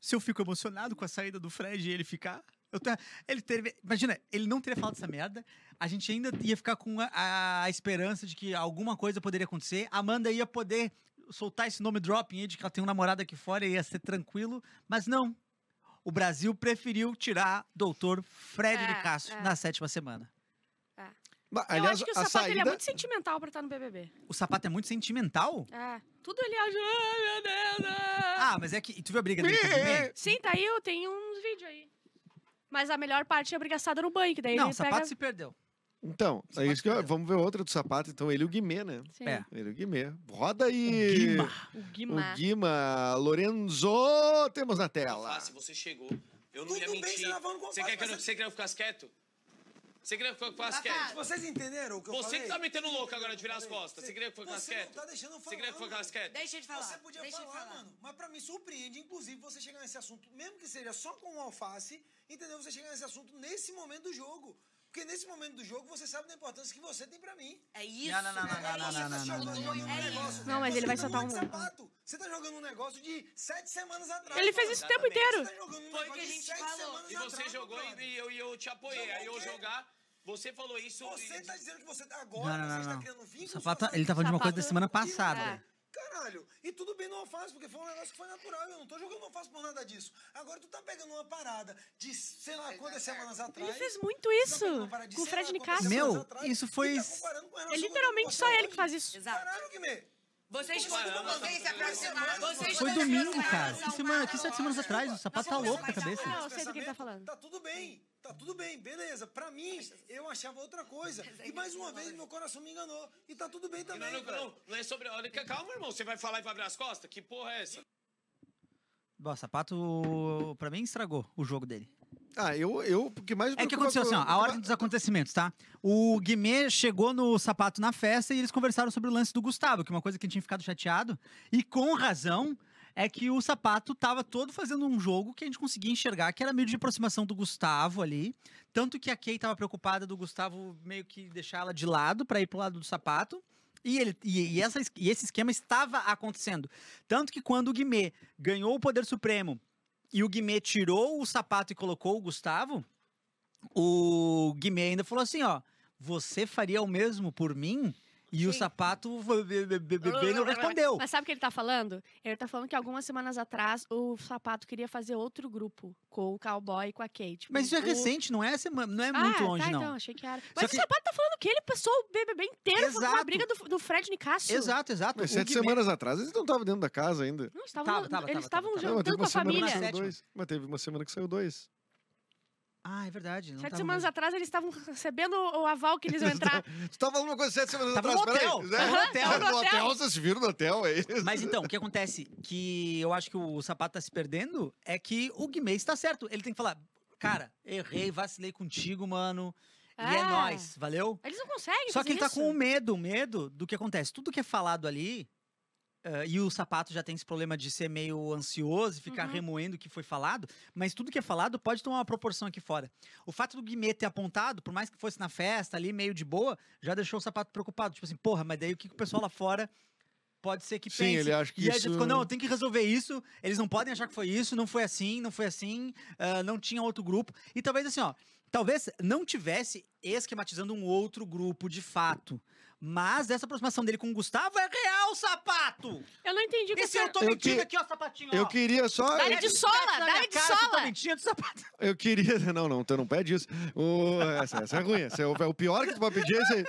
Speaker 4: se eu fico emocionado com a saída do Fred e ele ficar. Eu tô- ele teria- imagina, ele não teria falado essa merda. A gente ainda ia ficar com a, a esperança de que alguma coisa poderia acontecer. Amanda ia poder soltar esse nome dropping aí de que ela tem um namorado aqui fora e ia ser tranquilo. Mas não. O Brasil preferiu tirar doutor Fred
Speaker 2: É,
Speaker 4: de Castro
Speaker 2: é.
Speaker 4: na sétima semana.
Speaker 1: Mas,
Speaker 2: Eu
Speaker 1: aliás,
Speaker 2: acho que o
Speaker 1: a
Speaker 2: sapato
Speaker 1: saída...
Speaker 2: ele é muito sentimental pra estar no BBB.
Speaker 4: O sapato é muito sentimental.
Speaker 2: É. Tudo ele acha. Ai, meu Deus. ah."
Speaker 4: Ah, mas é que. Tu viu a briga dele com o
Speaker 1: é,
Speaker 4: Guimê?
Speaker 2: Sim, tá aí, eu tenho uns vídeos aí. Mas a melhor parte é a brigaçada no banho, que daí
Speaker 4: Não,
Speaker 2: ele
Speaker 4: o sapato
Speaker 2: pega...
Speaker 4: se perdeu.
Speaker 1: Então, é
Speaker 4: Sapato
Speaker 1: isso que eu-
Speaker 4: perdeu.
Speaker 1: vamos ver outra do sapato, então. Ele e o Guimê, né?
Speaker 2: Sim.
Speaker 4: É.
Speaker 1: Ele e o Guimê. Roda aí.
Speaker 4: Guima.
Speaker 2: O
Speaker 1: O
Speaker 2: Guimar.
Speaker 1: Guima Lorenzo, temos na tela.
Speaker 8: Ah, se você chegou, eu não ia mentir.
Speaker 9: tá
Speaker 8: você, quer que eu, você quer que eu ficasse quieto? Você quer que eu ficasse quieto?
Speaker 9: Vocês entenderam o que eu
Speaker 8: Você
Speaker 9: falei?
Speaker 8: que tá metendo louco agora de virar as costas. Você queria que eu ficasse
Speaker 9: Você não
Speaker 8: quieto?
Speaker 9: tá deixando eu
Speaker 8: Você queria que eu
Speaker 9: falar,
Speaker 8: ficasse quieto?
Speaker 10: Deixa ele falar.
Speaker 9: Você podia
Speaker 10: Deixa
Speaker 9: falar,
Speaker 10: ele falar.
Speaker 9: mano. Mas pra mim surpreende, inclusive, você chegar nesse assunto, mesmo que seja só com o alface, entendeu? Você chegar nesse assunto nesse momento do jogo. Porque nesse momento do jogo, você sabe da importância que você tem pra mim.
Speaker 10: É isso.
Speaker 4: Não, não, não, não,
Speaker 10: é isso,
Speaker 4: não, não, não,
Speaker 10: você
Speaker 4: não,
Speaker 10: tá
Speaker 4: não,
Speaker 10: jogando
Speaker 9: Um
Speaker 10: um
Speaker 9: negócio-
Speaker 2: Não, mas ele
Speaker 9: você
Speaker 2: vai
Speaker 9: tá
Speaker 2: soltar
Speaker 9: jogando
Speaker 2: um-
Speaker 9: de sapato. Você tá jogando um negócio de sete semanas atrás.
Speaker 2: Ele
Speaker 9: mano.
Speaker 2: fez isso o tempo inteiro.
Speaker 9: Você tá jogando um
Speaker 10: Foi o
Speaker 9: negócio
Speaker 10: que a
Speaker 9: de
Speaker 10: gente
Speaker 9: sete
Speaker 10: falou.
Speaker 9: semanas
Speaker 8: E você
Speaker 9: atrás,
Speaker 8: jogou
Speaker 9: brother.
Speaker 8: e, e eu, e eu te apoiei.
Speaker 9: Jogou
Speaker 8: Aí eu
Speaker 9: o quê?
Speaker 8: jogar, você falou isso.
Speaker 9: Você
Speaker 8: e-
Speaker 9: tá dizendo que você
Speaker 4: Não,
Speaker 9: agora
Speaker 4: não,
Speaker 9: você
Speaker 4: não,
Speaker 9: está
Speaker 4: não.
Speaker 9: criando
Speaker 4: O
Speaker 9: vínculos.
Speaker 4: sapato,
Speaker 9: com a
Speaker 4: ele tá falando de uma coisa
Speaker 2: Sapato-
Speaker 4: da semana passada.
Speaker 10: Tá.
Speaker 2: É.
Speaker 9: Caralho, e tudo bem no alface, porque foi um negócio que foi natural. Eu não tô jogando alface por nada disso. Agora tu tá pegando uma parada de sei lá quantas semanas atrás.
Speaker 2: Ele fez muito
Speaker 9: tu tá
Speaker 2: isso
Speaker 9: pegando uma parada de
Speaker 2: com o
Speaker 9: sei lá
Speaker 2: Fred
Speaker 9: quantas
Speaker 2: Nicasso.
Speaker 4: Meu,
Speaker 9: semanas atrás
Speaker 4: isso
Speaker 9: e
Speaker 4: foi-
Speaker 9: tá comparando com a
Speaker 2: É
Speaker 9: relação
Speaker 2: literalmente
Speaker 9: que eu
Speaker 2: só
Speaker 9: tô
Speaker 2: ele que
Speaker 9: hoje.
Speaker 2: faz isso.
Speaker 10: Exato.
Speaker 9: Caralho, Guimê.
Speaker 10: Vocês
Speaker 9: Pô,
Speaker 10: estão
Speaker 9: não,
Speaker 10: vocês se
Speaker 9: não,
Speaker 10: aproximaram.
Speaker 9: não, não,
Speaker 10: vocês
Speaker 4: Foi
Speaker 10: estão
Speaker 4: domingo,
Speaker 10: aproximados
Speaker 4: cara.
Speaker 10: ao
Speaker 4: Que semana, que
Speaker 10: mar.
Speaker 4: sete semanas atrás. O sapato tá
Speaker 10: Nós vamos
Speaker 4: louco na
Speaker 10: conversar
Speaker 4: cabeça.
Speaker 9: Esse
Speaker 2: amanhã. eu sei do que ele tá
Speaker 9: pensamento,
Speaker 2: falando.
Speaker 9: Tá tudo bem. Tá tudo bem, beleza. Pra mim, eu achava outra coisa. E mais uma vez, meu coração me enganou. E tá tudo bem também.
Speaker 8: Não, não,
Speaker 9: cara.
Speaker 8: não, não é sobre. Olha, calma, irmão. Você vai falar e vai abrir as costas? Que porra é essa?
Speaker 4: Bom, sapato, pra mim, estragou o jogo dele.
Speaker 1: Ah, eu, eu, o que mais me
Speaker 4: É que
Speaker 1: preocupa
Speaker 4: aconteceu assim, ó, a
Speaker 1: eu-
Speaker 4: ordem dos acontecimentos, tá? O Guimê chegou no sapato na festa e eles conversaram sobre o lance do Gustavo, que é uma coisa que ele tinha ficado chateado, e com razão, é que o sapato tava todo fazendo um jogo que a gente conseguia enxergar, que era meio de aproximação do Gustavo ali. Tanto que a Kay tava preocupada do Gustavo meio que deixar ela de lado pra ir pro lado do sapato. E, ele, e, e essa es- e esse esquema estava acontecendo. Tanto que quando o Guimê ganhou o poder supremo e o Guimê tirou o sapato e colocou o Gustavo, o Guimê ainda falou assim, ó, você faria o mesmo por mim? E o
Speaker 2: Sim.
Speaker 4: sapato v- v- v- v- v- não respondeu.
Speaker 2: Mas sabe o que ele tá falando? Ele tá falando que algumas semanas atrás o Sapato queria fazer outro grupo com o Cowboy e com a Kate.
Speaker 4: Mas isso é
Speaker 2: O-
Speaker 4: recente, não é, sema- não é
Speaker 2: Ah,
Speaker 4: muito
Speaker 2: tá,
Speaker 4: longe,
Speaker 2: então,
Speaker 4: não.
Speaker 2: achei que era. Mas
Speaker 4: que-
Speaker 2: o Sapato tá falando que ele passou o BBB inteiro foi com a
Speaker 4: Exato.
Speaker 2: briga do, do Fred Nicásio.
Speaker 4: Exato, exato.
Speaker 1: Mas
Speaker 4: O
Speaker 1: sete
Speaker 4: Guimê-
Speaker 1: semanas atrás, eles não estavam dentro da casa ainda.
Speaker 2: Não, estavam,
Speaker 4: Tava,
Speaker 2: no-
Speaker 4: tava,
Speaker 2: eles
Speaker 4: tava,
Speaker 2: estavam
Speaker 4: tava, tava.
Speaker 1: Não, mas
Speaker 2: jantando
Speaker 1: teve
Speaker 2: com
Speaker 1: uma
Speaker 2: a
Speaker 1: semana
Speaker 2: família.
Speaker 1: que saiu
Speaker 4: Sétima.
Speaker 1: dois. Mas teve uma semana que saiu dois.
Speaker 4: Ah, é verdade. Não
Speaker 2: Sete
Speaker 4: tava
Speaker 2: semanas
Speaker 4: mesmo.
Speaker 2: atrás eles estavam recebendo o aval que eles iam entrar.
Speaker 1: Tu tava falando uma coisa sete semanas
Speaker 4: Tava no
Speaker 1: atrás,
Speaker 4: hotel,
Speaker 1: peraí.
Speaker 4: tava no
Speaker 1: né?
Speaker 4: hotel.
Speaker 2: Tava no hotel.
Speaker 1: vocês se viram no hotel, é isso?
Speaker 4: Mas então, o que acontece? Que eu acho que o sapato tá se perdendo é que o Guimê está certo. Ele tem que falar, cara, errei, vacilei contigo, mano. E é
Speaker 2: É.
Speaker 4: nóis, valeu?
Speaker 2: Eles não conseguem
Speaker 4: Só
Speaker 2: fazer
Speaker 4: que ele tá
Speaker 2: isso.
Speaker 4: com o medo, o medo do que acontece. Tudo que é falado ali, eh, e o sapato já tem esse problema de ser meio ansioso e ficar
Speaker 2: Uhum.
Speaker 4: remoendo o que foi falado, mas tudo que é falado pode tomar uma proporção aqui fora. O fato do Guimê ter apontado, por mais que fosse na festa ali, meio de boa, já deixou o sapato preocupado. Tipo assim, porra, mas daí o que, que o pessoal lá fora pode ser que
Speaker 1: Sim,
Speaker 4: pense?
Speaker 1: ele acha que
Speaker 4: e aí
Speaker 1: isso-
Speaker 4: já ficou, não, eu tenho que resolver isso, eles não podem achar que foi isso, não foi assim, não foi assim, ah, não tinha outro grupo. E talvez assim, ó, talvez não tivesse esquematizando um outro grupo de fato. Mas essa aproximação dele com o Gustavo é real, sapato! é
Speaker 2: Eu não entendi o que
Speaker 4: E se eu tô
Speaker 1: Eu
Speaker 4: mentindo
Speaker 1: que-
Speaker 4: aqui, ó, sapatinho,
Speaker 1: Eu
Speaker 4: ó.
Speaker 1: queria só.
Speaker 2: Ah, Dá-lhe
Speaker 1: eu-
Speaker 2: de sola,
Speaker 4: Na
Speaker 2: dá
Speaker 4: minha
Speaker 2: de
Speaker 4: cara que Eu tô
Speaker 2: sola.
Speaker 4: mentindo, sapato.
Speaker 1: Eu queria. Não, não, tu não pede isso. O- Essa, essa é ruim. Essa é o... o pior que tu pode pedir é esse aí.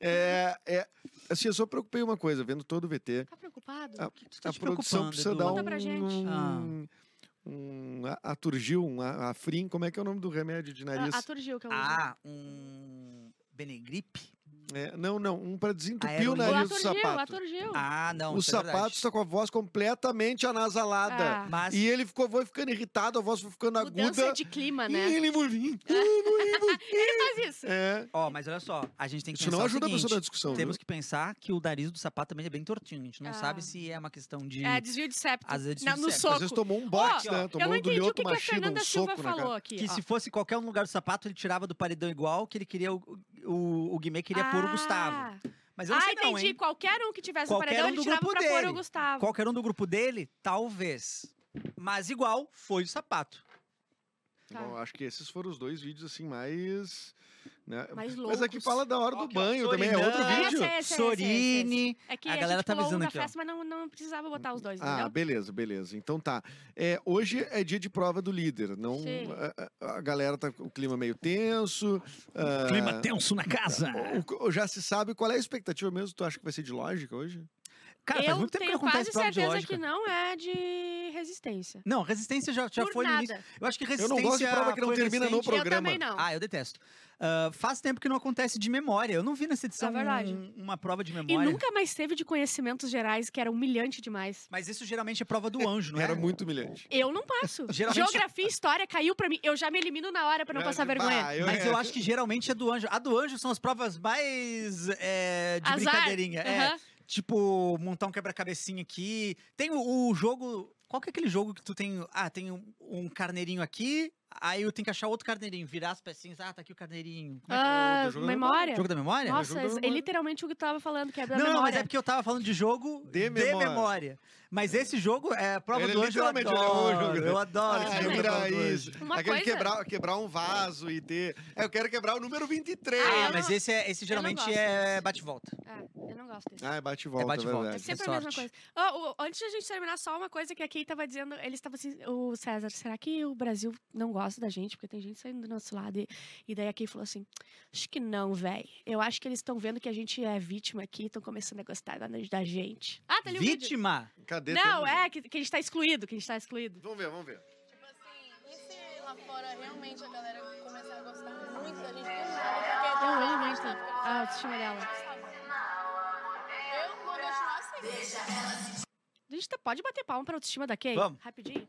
Speaker 1: É, é... Assim, eu só preocupei uma coisa, vendo todo o VT.
Speaker 2: Tá preocupado?
Speaker 1: A,
Speaker 4: que tu tá
Speaker 1: a
Speaker 4: te
Speaker 1: produção
Speaker 4: preocupando,
Speaker 1: precisa
Speaker 4: Edu?
Speaker 1: dar
Speaker 2: Conta pra
Speaker 1: um.
Speaker 2: gente.
Speaker 1: um...
Speaker 4: Ah.
Speaker 1: Um a- aturgil, um a- afrim, como é que é o nome do remédio de nariz?
Speaker 2: A, a Turgil que é eu uso.
Speaker 4: Ah, um... Benegripe?
Speaker 1: É, não, não, um pra desentupir o
Speaker 4: Aerolíneas.
Speaker 2: o
Speaker 1: nariz do
Speaker 2: Ator Gil, o
Speaker 1: sapato.
Speaker 2: Ator Gil.
Speaker 4: Ah, não,
Speaker 1: o
Speaker 4: isso é
Speaker 1: sapato
Speaker 4: verdade.
Speaker 1: está com a voz completamente anasalada.
Speaker 2: Ah,
Speaker 4: Mas...
Speaker 1: E ele ficou, foi ficando irritado, a voz foi ficando
Speaker 2: mudança
Speaker 1: aguda.
Speaker 2: de clima,
Speaker 1: E
Speaker 2: né?
Speaker 1: ele vou vir.
Speaker 2: Ele faz isso.
Speaker 1: É.
Speaker 4: Ó, mas olha só, a gente tem que
Speaker 1: Isso não
Speaker 4: pensar é o
Speaker 1: ajuda a
Speaker 4: seguinte,
Speaker 1: pessoa na discussão.
Speaker 4: Temos
Speaker 1: Temos...
Speaker 4: que pensar que o nariz do sapato também é bem tortinho. A gente não
Speaker 2: Ah.
Speaker 4: sabe se é uma questão de...
Speaker 2: É, desvio de septo.
Speaker 4: Às vezes
Speaker 2: Na-
Speaker 4: desvio
Speaker 2: no
Speaker 4: de septo.
Speaker 1: Às
Speaker 2: soco.
Speaker 1: vezes tomou um box,
Speaker 4: Ó,
Speaker 1: né?
Speaker 2: eu
Speaker 1: Tomou
Speaker 2: não
Speaker 1: um do
Speaker 2: entendi o que,
Speaker 1: Lyoto
Speaker 2: que a
Speaker 1: Machida, um
Speaker 2: Fernanda Silva
Speaker 1: soco na
Speaker 2: falou
Speaker 1: cara.
Speaker 2: aqui.
Speaker 4: Que
Speaker 2: ó.
Speaker 4: se fosse qualquer um lugar do sapato, ele tirava do paredão igual, que ele queria... O, o, o Guimê queria pôr o Gustavo.
Speaker 2: Ah.
Speaker 4: Mas eu não
Speaker 2: Ah,
Speaker 4: sei não,
Speaker 2: entendi.
Speaker 4: hein?
Speaker 2: Qualquer um que tivesse
Speaker 4: Qualquer
Speaker 2: no paredão,
Speaker 4: um
Speaker 2: ele
Speaker 4: do
Speaker 2: tirava
Speaker 4: grupo
Speaker 2: pra pôr o
Speaker 4: dele.
Speaker 2: Gustavo.
Speaker 4: Qualquer um do grupo dele, talvez. Mas igual, foi o sapato.
Speaker 2: Tá.
Speaker 1: Bom, acho que esses foram os dois vídeos, assim, mais... Né?
Speaker 2: Mais
Speaker 1: Mas aqui
Speaker 2: loucos.
Speaker 1: fala da hora do
Speaker 4: Ó, aqui, ó,
Speaker 1: banho também, é
Speaker 4: Sorinã.
Speaker 1: outro
Speaker 2: É,
Speaker 1: vídeo.
Speaker 2: esse, esse, esse,
Speaker 4: Sorine.
Speaker 2: É que
Speaker 4: A
Speaker 2: a,
Speaker 4: galera
Speaker 2: gente
Speaker 4: tá
Speaker 2: pulou um
Speaker 4: avisando
Speaker 2: da
Speaker 4: aqui, ó.
Speaker 2: festa, mas não, não precisava botar os dois,
Speaker 1: Ah,
Speaker 2: entendeu?
Speaker 1: beleza, beleza. Então tá. É, hoje é dia de prova do líder. Não,
Speaker 2: Sim.
Speaker 1: a- a, a galera tá com o clima meio tenso. ah,
Speaker 4: tenso né? na casa.
Speaker 1: o- o- já se sabe qual é a expectativa mesmo. Tu acha que vai ser de lógica hoje?
Speaker 4: Cara, faz
Speaker 2: eu
Speaker 4: muito tempo que
Speaker 2: tenho
Speaker 4: não
Speaker 2: quase
Speaker 4: acontece prova de
Speaker 2: certeza
Speaker 4: lógica.
Speaker 2: que não é de resistência.
Speaker 4: Não, resistência já, já
Speaker 2: Por
Speaker 4: foi no
Speaker 2: nada.
Speaker 4: início. Eu acho que
Speaker 1: Eu
Speaker 4: resistência.
Speaker 1: não gosto de prova que não
Speaker 4: foi
Speaker 1: termina no
Speaker 4: recente.
Speaker 2: pro- Eu
Speaker 1: programa.
Speaker 2: também não.
Speaker 4: Ah, eu detesto. Ah, faz tempo que não acontece de memória. Eu não vi nessa edição
Speaker 2: É verdade.
Speaker 4: um- uma prova de
Speaker 2: E
Speaker 4: memória.
Speaker 2: nunca mais teve de conhecimentos gerais, que era humilhante demais.
Speaker 4: Mas isso geralmente é prova do anjo, não é?
Speaker 1: Era muito humilhante.
Speaker 2: Eu não passo.
Speaker 4: Geralmente-
Speaker 2: Geografia e história caiu pra mim. Eu já me elimino na hora pra não
Speaker 1: É,
Speaker 2: passar
Speaker 1: bah,
Speaker 2: vergonha.
Speaker 1: eu-
Speaker 4: Mas eu acho que geralmente é do anjo. A do anjo são as provas mais é, de
Speaker 2: Azar.
Speaker 4: brincadeirinha. É,
Speaker 2: Aham.
Speaker 4: Tipo, montar um quebra-cabecinha aqui. Tem o, o jogo. Qual que é aquele jogo que tu tem. Ah, tem um, um carneirinho aqui, aí eu tenho que achar outro carneirinho, virar as pecinhas. Ah, tá aqui o carneirinho. Como é que
Speaker 2: Ah,
Speaker 1: jogo da
Speaker 2: memória?
Speaker 4: é? Jogo da memória?
Speaker 2: Nossa,
Speaker 1: jogo da
Speaker 2: é
Speaker 1: memória.
Speaker 2: literalmente o que eu tava falando, que é da
Speaker 4: não,
Speaker 2: memória.
Speaker 4: mas é porque eu tava falando de jogo
Speaker 1: De
Speaker 4: de,
Speaker 1: memória.
Speaker 4: memória. Mas esse jogo é a prova
Speaker 1: Ele
Speaker 4: do anjo. Eu
Speaker 1: literalmente olhou o
Speaker 4: adoro.
Speaker 1: jogo. É,
Speaker 4: Eu adoro
Speaker 2: Ah,
Speaker 4: esse
Speaker 2: eu
Speaker 4: jogo. da
Speaker 2: queria
Speaker 4: prova
Speaker 1: quebrar
Speaker 4: do anjo.
Speaker 1: isso.
Speaker 2: Uma
Speaker 1: Aquele
Speaker 2: coisa-
Speaker 1: quebrar, quebrar um vaso e ter. É, Eu quero quebrar o número 23.
Speaker 2: Ah,
Speaker 4: Ah,
Speaker 2: eu
Speaker 4: mas
Speaker 2: não-
Speaker 4: esse, é, esse geralmente
Speaker 2: gosto
Speaker 4: é
Speaker 2: desse.
Speaker 4: bate-volta.
Speaker 2: Ah, eu não gosto desse.
Speaker 1: Ah, é bate e volta, é
Speaker 4: bate e volta.
Speaker 2: É
Speaker 1: verdade.
Speaker 2: sempre
Speaker 4: é
Speaker 2: a mesma
Speaker 4: sorte.
Speaker 2: coisa. Ó, o- antes de a gente terminar, só uma coisa que a Kay tava dizendo. Eles estavam assim, o César, será que o Brasil não gosta da gente? Porque tem gente saindo do nosso lado. E, e daí a Kay falou assim: acho que não, véi. Eu acho que eles estão vendo que a gente é vítima aqui, estão começando a gostar da, da gente. Ah, tá ali o vídeo.
Speaker 4: Vítima? um
Speaker 1: Cadê? um-
Speaker 2: Não,
Speaker 1: Temos-
Speaker 2: é, que, que a gente tá excluído, que a gente tá excluído.
Speaker 1: Vamos ver, vamos ver.
Speaker 7: Tipo assim, e se lá lá fora, realmente a galera começar a gostar muito da gente. Porque não, porque é tão
Speaker 2: muito a autoestima dela.
Speaker 7: Eu vou continuar assim.
Speaker 2: A gente tá- pode bater palma pra autoestima da Kay?
Speaker 4: Vamos.
Speaker 2: Rapidinho.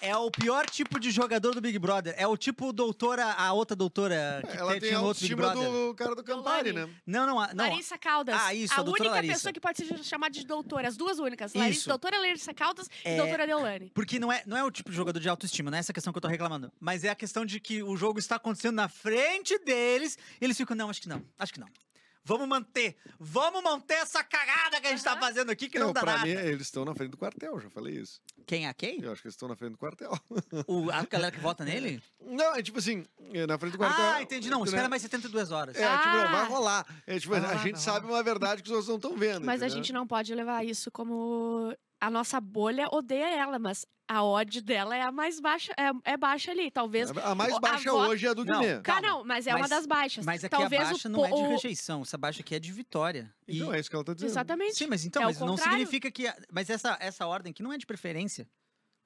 Speaker 4: É o pior tipo de jogador do Big Brother. É o tipo doutora, a outra doutora que
Speaker 1: Ela
Speaker 4: te-
Speaker 1: tem
Speaker 4: tinha
Speaker 1: a
Speaker 4: no outro Big
Speaker 1: autoestima
Speaker 4: Brother.
Speaker 1: do cara do Campari, né?
Speaker 4: Não, não, a- não. a-
Speaker 2: Larissa Caldas.
Speaker 4: Ah, isso, a
Speaker 2: a
Speaker 4: doutora
Speaker 2: única
Speaker 4: Larissa.
Speaker 2: pessoa que pode ser chamada de doutora, as duas únicas. Larissa,
Speaker 4: Isso.
Speaker 2: doutora Larissa Caldas
Speaker 4: É.
Speaker 2: e doutora Deolane.
Speaker 4: Porque não é, não é o tipo de jogador de autoestima, não é essa questão que eu tô reclamando. Mas é a questão de que o jogo está acontecendo na frente deles e eles ficam, não, acho que não, acho que não. Vamos manter, vamos manter essa cagada que a gente tá fazendo aqui que não,
Speaker 1: Não,
Speaker 4: dá
Speaker 1: pra
Speaker 4: nada.
Speaker 1: mim, é eles estão na frente do quartel, já falei isso.
Speaker 4: Quem é quem?
Speaker 1: Eu acho que eles estão na frente do quartel.
Speaker 4: O, a galera que vota nele?
Speaker 1: Não, é tipo assim, é na frente do quartel.
Speaker 4: ah, entendi. Não,
Speaker 1: né?
Speaker 4: espera mais 72 horas.
Speaker 1: É, tipo, não,
Speaker 2: Ah.
Speaker 1: vai rolar. É, tipo,
Speaker 4: Vai
Speaker 1: a
Speaker 4: rolar,
Speaker 1: gente
Speaker 4: vai
Speaker 1: sabe uma verdade que os outros não estão vendo.
Speaker 2: Mas a
Speaker 1: entendeu?
Speaker 2: gente não pode levar isso como. A nossa bolha odeia ela, mas a odd dela é a mais baixa, é, é baixa ali. Talvez.
Speaker 1: A mais
Speaker 2: a
Speaker 1: baixa
Speaker 2: vota-
Speaker 1: hoje é a do
Speaker 4: Não,
Speaker 1: Guimê.
Speaker 2: Tá,
Speaker 4: Calma,
Speaker 2: não, mas é uma
Speaker 4: mas-
Speaker 2: das baixas.
Speaker 4: Mas aqui
Speaker 2: Talvez
Speaker 4: a
Speaker 2: o
Speaker 4: baixa não é de
Speaker 2: po- o-
Speaker 4: rejeição, essa baixa aqui é de vitória. E-
Speaker 1: Então, é isso que ela tá dizendo.
Speaker 2: Exatamente.
Speaker 4: Sim, mas então,
Speaker 2: É o
Speaker 4: mas não
Speaker 2: contrário.
Speaker 4: significa que. a- Mas essa, essa ordem aqui não é de preferência.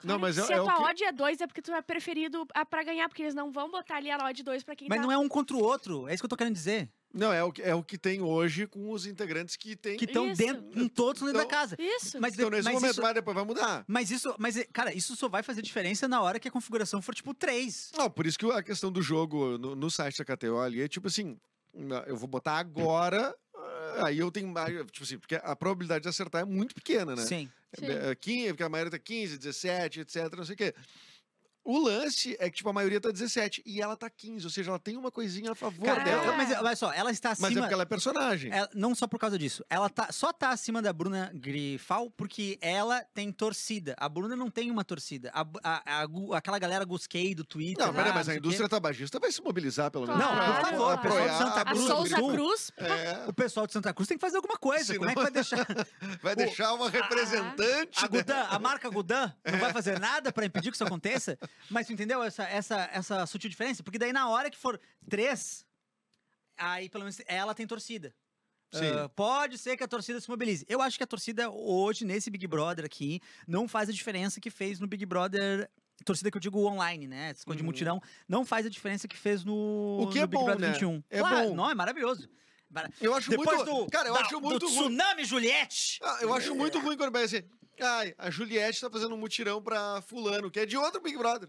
Speaker 1: Não, mas é,
Speaker 2: Se
Speaker 1: é
Speaker 2: a
Speaker 1: o
Speaker 2: tua
Speaker 1: que...
Speaker 2: odd é 2, é porque tu é preferido a- pra ganhar, porque eles não vão botar ali a odd 2 pra quem
Speaker 4: Mas
Speaker 2: tá...
Speaker 4: não é um contra o outro. É isso que eu tô querendo dizer.
Speaker 1: Não, é o que, é o que tem hoje com os integrantes que tem.
Speaker 4: Que estão
Speaker 2: Isso.
Speaker 4: dentro, em todos dentro da
Speaker 1: Então-
Speaker 4: casa.
Speaker 2: Isso.
Speaker 4: Mas,
Speaker 1: Então, nesse
Speaker 4: mas
Speaker 1: momento,
Speaker 4: isso,
Speaker 1: mas depois vai mudar.
Speaker 4: mas isso, mas, é, cara, isso só vai fazer diferença na hora que a configuração for tipo 3.
Speaker 1: Não, por isso que a questão do jogo no, no site da KTO ali é tipo assim: eu vou botar agora, ah, aí eu tenho mais. Tipo assim, porque a probabilidade de acertar é muito pequena, né?
Speaker 4: Sim.
Speaker 2: Sim.
Speaker 1: É, 15, porque a maioria tá 15, 17, etc, não sei o quê. O lance é que, tipo, a maioria tá 17 e ela tá 15, ou seja, ela tem uma coisinha a favor
Speaker 4: Cara,
Speaker 1: dela.
Speaker 4: ela- mas olha só, ela está acima.
Speaker 1: Mas é porque ela tá é personagem.
Speaker 4: ela- não só por causa disso. Ela tá, só tá acima da Bruna Grifal porque ela tem torcida. A Bruna não tem uma torcida. A, a- a gu- aquela galera gosquei do Twitter.
Speaker 1: Não, peraí,
Speaker 4: lá,
Speaker 1: mas a
Speaker 4: sei o quê.
Speaker 1: indústria tabagista vai se mobilizar, pelo menos.
Speaker 4: Não,
Speaker 2: Claro.
Speaker 1: pra
Speaker 4: por favor,
Speaker 2: a
Speaker 4: o pessoal de
Speaker 1: apoiar
Speaker 4: Santa
Speaker 2: A
Speaker 4: Cruz. do
Speaker 2: Souza
Speaker 4: Sul.
Speaker 2: Cruz...
Speaker 1: É,
Speaker 4: O pessoal de Santa Cruz tem que fazer alguma coisa.
Speaker 1: Se
Speaker 4: Como é que
Speaker 1: não-
Speaker 4: vai deixar?
Speaker 1: vai deixar
Speaker 4: Ah,
Speaker 1: uma representante.
Speaker 4: A
Speaker 1: né?
Speaker 4: Gudan, a marca Gudan, não vai fazer nada pra impedir que isso aconteça? Mas tu entendeu essa, essa, essa sutil diferença? Porque daí na hora que for três, aí pelo menos ela tem torcida.
Speaker 1: Sim.
Speaker 4: Ah, pode ser que a torcida se mobilize. Eu acho que a torcida hoje, nesse Big Brother aqui, não faz a diferença que fez no Big Brother. Torcida que eu digo online, né? Essa coisa de
Speaker 1: Uhum.
Speaker 4: mutirão. Não faz a diferença que fez no,
Speaker 1: O que
Speaker 4: no
Speaker 1: é
Speaker 4: Big
Speaker 1: bom,
Speaker 4: Brother
Speaker 1: né?
Speaker 4: 21.
Speaker 1: É
Speaker 4: Claro,
Speaker 1: bom.
Speaker 4: Não, é maravilhoso. Mara-
Speaker 1: Eu acho
Speaker 4: Depois
Speaker 1: muito.
Speaker 4: do,
Speaker 1: Cara, eu
Speaker 4: da-
Speaker 1: acho
Speaker 4: do
Speaker 1: muito ruim.
Speaker 4: Tsunami É. Juliette.
Speaker 1: Ah, eu acho muito ruim quando vai assim. Ai, a Juliette tá fazendo um mutirão pra fulano, que é de outro Big Brother.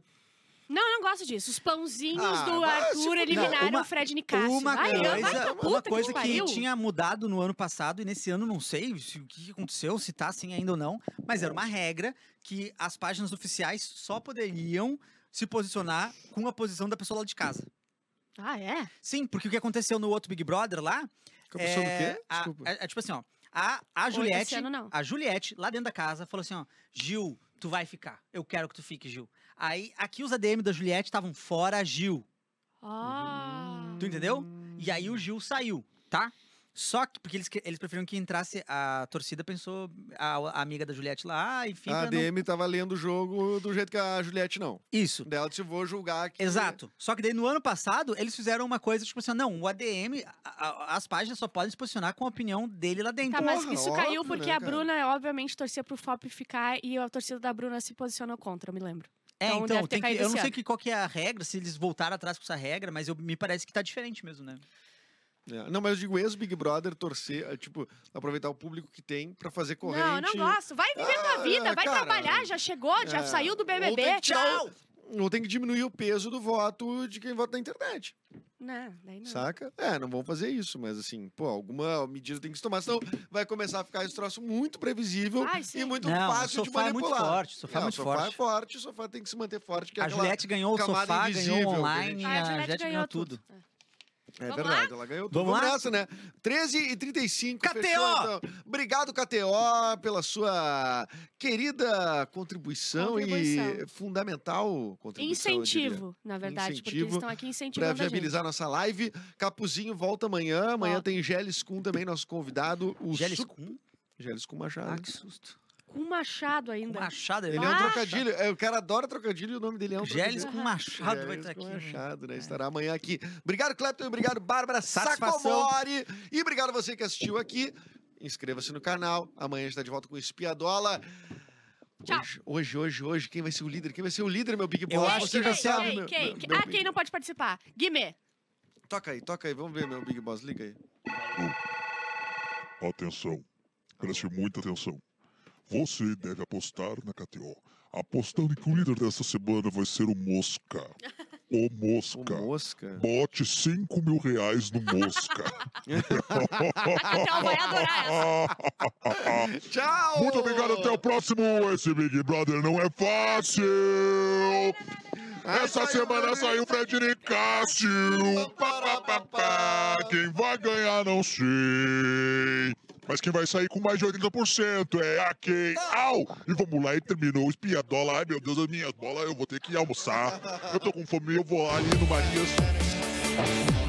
Speaker 2: Não, não gosto disso. Os pãozinhos
Speaker 1: Ah,
Speaker 2: do
Speaker 1: vai se
Speaker 2: Arthur
Speaker 1: fuder.
Speaker 2: eliminaram
Speaker 4: Não, uma-
Speaker 2: o Fred Nicásio.
Speaker 4: Uma
Speaker 2: Vai,
Speaker 4: coisa,
Speaker 2: vai pra
Speaker 4: uma
Speaker 2: puta que te
Speaker 4: coisa que,
Speaker 2: pariu.
Speaker 4: tinha mudado no ano passado e nesse ano não sei se- o que aconteceu, se tá assim ainda ou não, mas era uma regra que as páginas oficiais só poderiam se posicionar com a posição da pessoa lá de casa.
Speaker 2: Ah, é?
Speaker 4: Sim, porque o que aconteceu no outro Big Brother lá
Speaker 1: Começou
Speaker 4: é,
Speaker 1: do quê?
Speaker 4: a-
Speaker 1: Desculpa.
Speaker 4: é- é tipo assim, ó, a, a Juliette,
Speaker 2: esse ano
Speaker 1: Uhum.
Speaker 2: não.
Speaker 4: a Juliette lá dentro da casa falou assim, ó, Gil, tu vai ficar. Eu quero que tu fique, Gil. Aí aqui os ADM da Juliette estavam fora Gil.
Speaker 2: Ah.
Speaker 4: Tu entendeu? E aí o Gil saiu, tá? Só que, porque eles, que- eles preferiam que entrasse a torcida, pensou a, a amiga da Juliette lá, ah, enfim.
Speaker 1: a
Speaker 4: pra não-
Speaker 1: DM tava lendo o jogo do jeito que a Juliette não.
Speaker 4: Isso.
Speaker 1: Dela disse, vou julgar aqui.
Speaker 4: Exato. Só que daí no ano passado, eles fizeram uma coisa tipo assim: não, o ADM, a- a- as páginas só podem se posicionar com a opinião dele lá dentro.
Speaker 2: Tá, mas
Speaker 1: Porra,
Speaker 2: isso caiu
Speaker 1: Então óbvio,
Speaker 2: porque
Speaker 1: né,
Speaker 2: a
Speaker 1: cara?
Speaker 2: Bruna, obviamente, torcia pro Fop ficar e a torcida da Bruna se posicionou contra, eu me lembro.
Speaker 4: é,
Speaker 2: então
Speaker 4: então,
Speaker 2: deve ter
Speaker 4: tem que-
Speaker 2: caído
Speaker 4: eu não
Speaker 2: esse
Speaker 4: sei
Speaker 2: ano.
Speaker 4: que, qual que é a regra, se eles voltaram atrás com essa regra, mas eu- me parece que tá diferente mesmo, né?
Speaker 1: É, Não, mas eu digo ex-Big Brother torcer, é, tipo, aproveitar o público que tem pra fazer corrente.
Speaker 2: Não, não gosto. Vai viver tua
Speaker 1: Ah,
Speaker 2: vida, vai
Speaker 1: cara.
Speaker 2: trabalhar, já chegou, já
Speaker 1: É.
Speaker 2: saiu do
Speaker 1: Ou tem
Speaker 2: BBB.
Speaker 1: que tirar o- Ou tem que diminuir o peso do voto de quem vota na internet.
Speaker 2: Não, daí não.
Speaker 1: Saca? É, não vão fazer isso, mas assim, pô, alguma medida tem que se tomar, senão vai começar a ficar esse troço muito previsível
Speaker 2: Ai,
Speaker 1: e
Speaker 2: sim.
Speaker 1: muito
Speaker 4: Não, o
Speaker 1: fácil de
Speaker 4: sofá é muito
Speaker 1: manipular.
Speaker 4: forte, o sofá é
Speaker 1: Não,
Speaker 4: muito
Speaker 1: o sofá
Speaker 4: forte.
Speaker 1: é forte, o sofá tem que se manter forte. Que é
Speaker 4: A
Speaker 1: aquela-
Speaker 4: Juliette ganhou o
Speaker 1: camada
Speaker 4: sofá,
Speaker 1: invisível
Speaker 4: ganhou
Speaker 1: que a
Speaker 4: online,
Speaker 1: gente-
Speaker 2: Ah,
Speaker 4: a Juliette ganhou tudo.
Speaker 2: É.
Speaker 1: É
Speaker 2: Vamos
Speaker 1: verdade, ela ganhou tudo.
Speaker 4: Vamos
Speaker 1: Vamos
Speaker 4: lá?
Speaker 1: nessa, né? 13 e 35
Speaker 4: KTO!
Speaker 1: Fechou, então. Obrigado, KTO, pela sua querida contribuição, e
Speaker 2: Contribuição.
Speaker 1: fundamental contribuição. eu diria.
Speaker 2: Incentivo, na verdade, porque
Speaker 1: Incentivo
Speaker 2: eles estão aqui
Speaker 1: Pra
Speaker 2: incentivando a gente.
Speaker 1: viabilizar nossa live. Capuzinho volta amanhã. Amanhã
Speaker 2: Volta.
Speaker 1: tem Geles Kuhn também, nosso convidado. O
Speaker 4: Geles
Speaker 1: su-
Speaker 4: com?
Speaker 1: Geles Kuhn Machado.
Speaker 4: Ah, que susto.
Speaker 2: Com machado
Speaker 4: Com
Speaker 2: ainda.
Speaker 4: machado.
Speaker 1: Ele é um
Speaker 2: Nossa!
Speaker 1: trocadilho. é, o cara adora trocadilho e o nome dele é um
Speaker 4: Geles
Speaker 1: trocadilho.
Speaker 4: com machado vai
Speaker 1: Geles
Speaker 4: estar
Speaker 1: com
Speaker 4: aqui. né?
Speaker 1: Machado, né? Estará amanhã aqui. Obrigado, Clepton. Obrigado, Bárbara
Speaker 4: Satisfação.
Speaker 1: Sacomori. E obrigado a tá você que assistiu aqui. Inscreva-se no canal. Amanhã a gente está de volta com o Espiadola.
Speaker 2: Tchau.
Speaker 1: Hoje, hoje, hoje, hoje, quem vai ser o líder? Quem vai ser o líder, meu Big
Speaker 4: Eu
Speaker 1: Boss?
Speaker 4: acho
Speaker 1: Você
Speaker 4: que é
Speaker 1: já sabe,
Speaker 4: vai-
Speaker 2: quem,
Speaker 1: meu-
Speaker 2: quem,
Speaker 1: meu-
Speaker 2: quem-
Speaker 1: meu
Speaker 2: ah,
Speaker 1: Big-
Speaker 2: quem não pode participar? Guimê.
Speaker 1: Toca aí, toca aí, vamos ver, meu Big Boss, liga aí.
Speaker 2: Tá
Speaker 3: Atenção, preste muita atenção. Você deve apostar na KTO, apostando que o líder dessa semana vai ser o Mosca. O
Speaker 1: O
Speaker 3: Mosca.
Speaker 1: Mosca.
Speaker 3: Bote 5 mil reais no Mosca.
Speaker 2: A Catel Então vai adorar essa.
Speaker 1: Tchau!
Speaker 3: Muito obrigado, até o próximo. Esse Big Brother não é fácil. Essa semana saiu Fred Cássio. Quem vai ganhar, não sei. Mas quem vai sair com mais de 80% é a Kay. Au! E vamos lá, e terminou o espiadola. Ai, meu Deus, as minhas bolas, eu vou ter que almoçar. Eu tô com fome, eu vou ali no Marias.